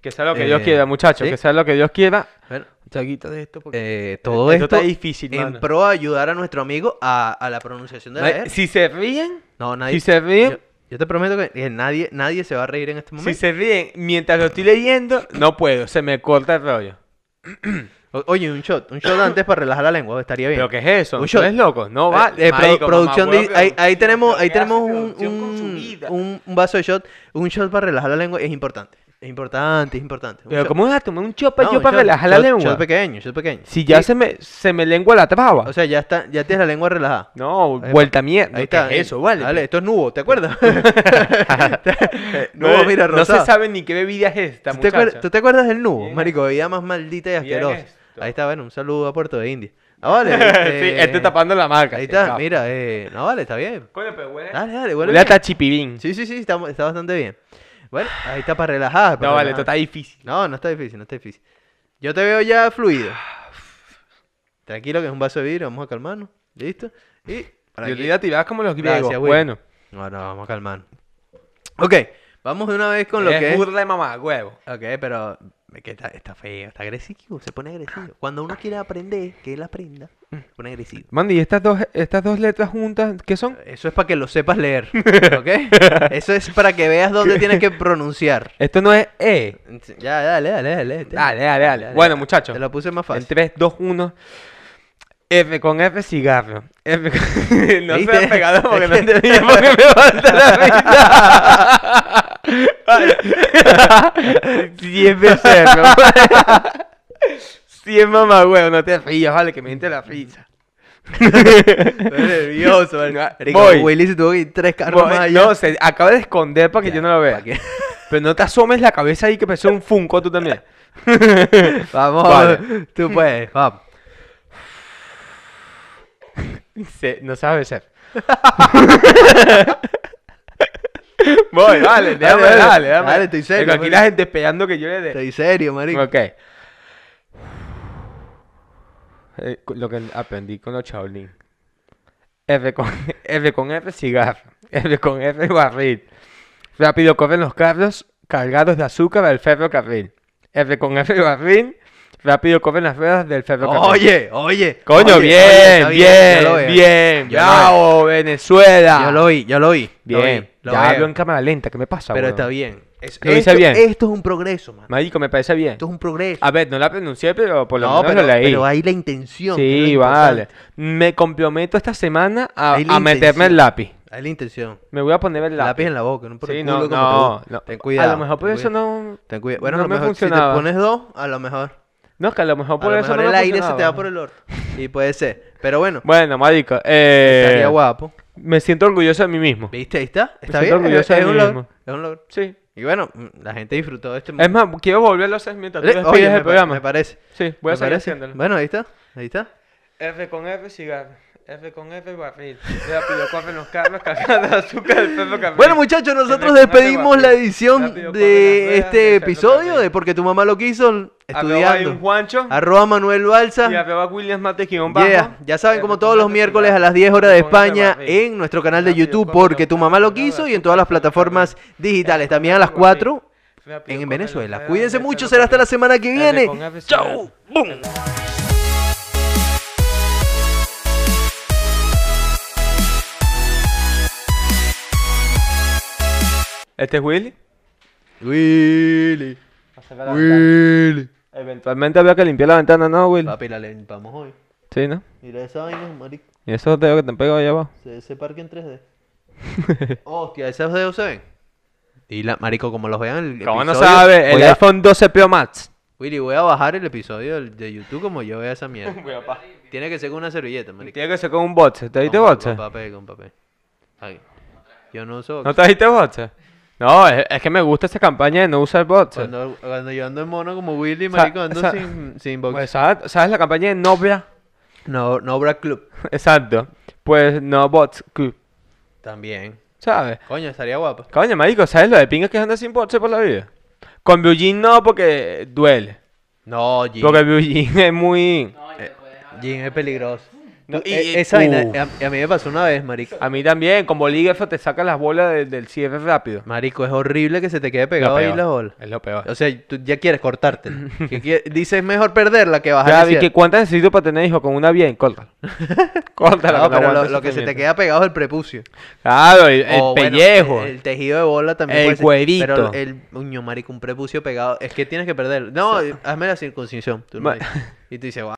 B: Que sea lo que Dios
A: Eh,
B: quiera, muchachos.
A: ¿sí?
B: Que sea lo que Dios quiera.
A: Bueno,
B: Chaguita de esto. porque-
A: eh, todo
B: esto
A: esto,
B: está difícil,
A: en
B: mano.
A: pro de ayudar a nuestro amigo a, a la pronunciación de la
B: Ay,
A: R.
B: Si se ríen,
A: no, nadie.
B: si se ríen,
A: yo, yo te prometo que que nadie, nadie se va a reír en este
B: si
A: momento.
B: se ríen, mientras lo estoy leyendo, no puedo. Se me corta el rollo.
A: O- oye, un shot, un shot antes para relajar la lengua, pues, estaría bien.
B: ¿Pero qué es eso?
A: Un
B: ¿No
A: shot.
B: eres loco? No
A: Eh,
B: vale.
A: eh, produ-
B: marico,
A: producción
B: mamá,
A: di-
B: huevo,
A: ahí, ahí
B: producción,
A: tenemos,
B: pero
A: ahí
B: ¿qué hace
A: tenemos un,
B: producción con su
A: un-
B: vida?
A: un- un vaso de shot. Un shot para relajar la lengua es importante. Es importante, es importante. Un
B: Pero
A: shot.
B: ¿cómo vas a tomar un chopa
A: No,
B: yo
A: un
B: para
A: shot,
B: relajar la
A: shot-
B: lengua?
A: Shot pequeño, shot pequeño.
B: Si ya
A: Sí,
B: se me, se me lengua la traba.
A: O sea, ya está, ya tienes la lengua relajada.
B: no,
A: Ahí va.
B: vuelta mierda.
A: Ahí
B: ¿qué
A: está.
B: es eso, vale.
A: Dale, esto es nubo, ¿te acuerdas? Eh,
B: No,
A: nubo,
B: es-
A: mira,
B: no
A: rosado.
B: se sabe ni qué bebida es esta,
A: ¿Tú te,
B: muchacha.
A: acuer- tú te acuerdas del nubo?
B: Bien.
A: Marico, bebida más maldita y
B: Bien
A: asquerosa.
B: esto.
A: Ahí está, bueno, un saludo a Puerto de India. Ah, vale.
B: sí,
A: eh,
B: este tapando la marca.
A: Ahí
B: sí,
A: está,
B: capo.
A: mira, eh, no vale, está bien.
B: Coño, pero huele.
A: Dale, dale,
B: huele
A: vuelve.
B: a tachipibín.
A: Sí, sí, sí, está, está bastante bien. Bueno, ahí está para relajar. para
B: no,
A: relajar.
B: vale, esto está difícil.
A: No, no está difícil, no está difícil. Yo te veo ya fluido. Tranquilo, que es un vaso de vidrio, vamos a calmarnos. ¿Listo? Y. para
B: Yo
A: aquí.
B: le iba a tirar como los griegos.
A: Gracias, güey.
B: bueno,
A: No, no, vamos a calmar. Ok, vamos de una vez con lo
B: es
A: que es.
B: burla de mamá, huevo.
A: Ok, pero es que está, está feo, está agresivo, se pone agresivo. Cuando uno quiere aprender, que él aprenda, se pone agresivo.
B: Mandy, ¿y estas dos, estas dos letras juntas qué son?
A: Eso es para que lo sepas leer, ¿ok? Eso es para que veas dónde tienes que pronunciar.
B: Esto no es E.
A: Ya, dale, dale, dale. este. te-
B: Dale, dale, dale. Bueno, muchachos.
A: Te lo puse más
B: En
A: fácil.
B: 3, 2, 1. F con F cigarro. F con... No
A: ¿Viste?
B: se ha pegado porque
A: Es
B: no
A: que-
B: entendí porque me falta la mitad. 100 veces, ¿no? 100 mamá, huevo, no te rías, vale, que me entre la risa.
A: Estoy nervioso,
B: No,
A: marico.
B: voy.
A: Willy se tuvo que ir tres carros
B: Voy-
A: más allá.
B: no, se acaba de esconder para que yo no lo vea.
A: ¿Para qué?
B: Pero no te asomes la cabeza ahí que pensó un funko tú también.
A: Vamos,
B: Vale.
A: tú puedes, vamos.
B: Se- no sabe ser. Voy, vale, déjame,
A: Dale, dale.
B: dale, dale, pues. dame.
A: Dale, estoy serio,
B: Porque aquí
A: marico.
B: la gente esperando que yo le dé.
A: Estoy serio, marico.
B: Ok. Eh, cu- lo que aprendí con los Shaolin. F con F, con F cigarro. F con F barril. Rápido corren los carros cargados de azúcar al ferrocarril. F con F barril. Rápido corren las ruedas del ferrocarril.
A: Oye, oye. oye,
B: Coño,
A: oye,
B: bien,
A: está ya lo
B: bien,
A: veo.
B: bien,
A: Ya lo veo.
B: Bravo, Venezuela.
A: Ya lo oí, ya lo oí. lo
B: Bien.
A: oí, lo
B: ya
A: veo.
B: hablo en cámara lenta, ¿qué me pasa?
A: Pero
B: weón?
A: está bien. Es-
B: Lo hice
A: esto,
B: bien.
A: Esto es un progreso, man.
B: Marico, me parece bien.
A: Esto es un progreso.
B: A ver, no la pronuncié, pero por lo
A: no,
B: menos
A: pero,
B: lo leí.
A: pero ahí la intención. que es
B: sí,
A: lo
B: vale.
A: importante.
B: Me comprometo esta semana a,
A: Ahí la
B: a meterme
A: intención.
B: el lápiz.
A: Ahí la intención.
B: Me voy a poner el lápiz.
A: Lápiz en la boca, no por el
B: Sí,
A: culo
B: no,
A: como
B: no,
A: te gusta.
B: no.
A: Ten cuidado.
B: A lo mejor por
A: ten
B: eso
A: cuidado.
B: no.
A: Ten cuidado. Bueno, a
B: no
A: lo
B: me
A: mejor
B: funcionaba.
A: si te pones dos, a lo mejor.
B: No, que a lo mejor
A: A
B: por
A: lo
B: eso
A: mejor
B: no
A: el
B: me
A: aire se te va
B: funcionaba.
A: por el orto. Y puede ser. Pero bueno,
B: Bueno, marico, eh,
A: estaría guapo.
B: me siento orgulloso de mí mismo.
A: ¿Viste? Ahí está. Está
B: siento
A: bien. Es,
B: orgulloso de
A: es
B: mí
A: un logro.
B: mismo.
A: Es un logro.
B: Sí.
A: Y bueno, mm, la gente disfrutó de este
B: Es
A: momento.
B: más, quiero volver a los seis mientras tú
A: Oye,
B: despides el
A: me, pa-
B: programa.
A: me parece.
B: Sí, voy a
A: me
B: seguir
A: parece.
B: haciéndolo.
A: Bueno, ahí está. Ahí está.
B: F con F cigarro. F con F barril. Rápido, corren los carros cargados de azúcar del perro café.
A: Bueno muchachos, nosotros
B: Rápido,
A: despedimos
B: rápido,
A: la edición
B: rápido, corre las
A: de
B: ruedas
A: este
B: del
A: episodio
B: ferrocarril.
A: de Porque tu mamá lo quiso
B: Arroba hay un
A: estudiando.
B: Juancho.
A: Arroba Manuel Balsa.
B: Y arroba Williams Mate guión bajo.
A: Yeah, Ya saben, como
B: F
A: todos
B: con
A: los
B: F
A: miércoles a
B: cigarro.
A: las 10 horas de
B: F con F
A: España
B: barril.
A: en nuestro canal de
B: Rápido,
A: YouTube
B: corre los
A: Porque tu
B: carros
A: mamá lo
B: cargados de
A: quiso y en
B: azúcar
A: todas las
B: del ferro
A: plataformas
B: café.
A: digitales.
B: F con
A: También a
B: F
A: las
B: barril.
A: 4
B: Rápido, corre
A: en
B: los
A: Venezuela.
B: carros
A: Cuídense
B: del
A: mucho,
B: ferro
A: será hasta la
B: café.
A: semana que
B: F
A: viene.
B: con F cigarro.
A: ¡Chau! ¡Bum!
B: Este es Willy.
A: Willy, Willy.
B: Eventualmente había que limpiar la ventana, ¿no, Willy?
A: Papi, la limpamos hoy.
B: Sí, ¿no?
A: Mira esa vaina, marico.
B: Y esos dedos que te han pegado allá abajo.
A: Se, se parque en 3D. Hostia, ¿esos dedos se ven? Y la, marico, como los vean el
B: ¿Cómo no
A: episodio,
B: sabe? El
A: voy a-
B: iPhone 12 Pro Max.
A: Willy, voy a bajar el episodio del- de YouTube como yo vea esa mierda. Tiene que ser con una servilleta, marico.
B: Tiene que ser con un bot. ¿Te diste
A: Con pa-
B: bot?
A: Con papel, con papel. Ay, Yo no uso...
B: ¿No trajiste boxer? No, es, es que me gusta esa campaña de no usar boxer.
A: cuando, cuando yo ando en mono como Willy,
B: sea,
A: marico, ando
B: o sea,
A: sin, sin boxer.
B: Pues, ¿sabes? ¿sabes la campaña de Novia?
A: no, no Black Club.
B: Exacto. Pues no bots, cu-
A: También.
B: ¿sabes?
A: Coño, estaría guapo.
B: Coño, marico, ¿sabes lo de pingas que anda sin boxer por la vida? Con Bujin no, porque duele.
A: No, Jim.
B: Porque Bujin es muy...
A: Jim es peligroso.
B: No,
A: Tú,
B: y-
A: e-
B: y-
A: esa vaina,
B: Uf.
A: a, a mí me pasó una vez, marico.
B: A mí también, con bolígrafo te saca las bolas de- del cierre rápido.
A: Marico, es horrible que se te quede
B: Lo
A: pegado ahí
B: peor,
A: la bola.
B: Es lo peor.
A: O sea, tú ya quieres cortártela. Que quie- Dices, mejor perderla que bajar
B: Ya
A: el
B: vi que
A: cielo".
B: cuántas necesito para tener hijos con una bien, córtala. Córtala.
A: No,
B: que no
A: pero lo,
B: aguanta
A: lo que se te
B: sufrimiento.
A: queda pegado es el prepucio.
B: Claro, el, el
A: O, bueno,
B: pellejo.
A: el, el tejido de bola también.
B: El
A: puede ser,
B: huevito.
A: Pero el uño, marico, un prepucio pegado. Es que tienes que perderlo. No, hazme la circuncisión. tú no
B: Ma-
A: dices. Y tú dices, "Guau,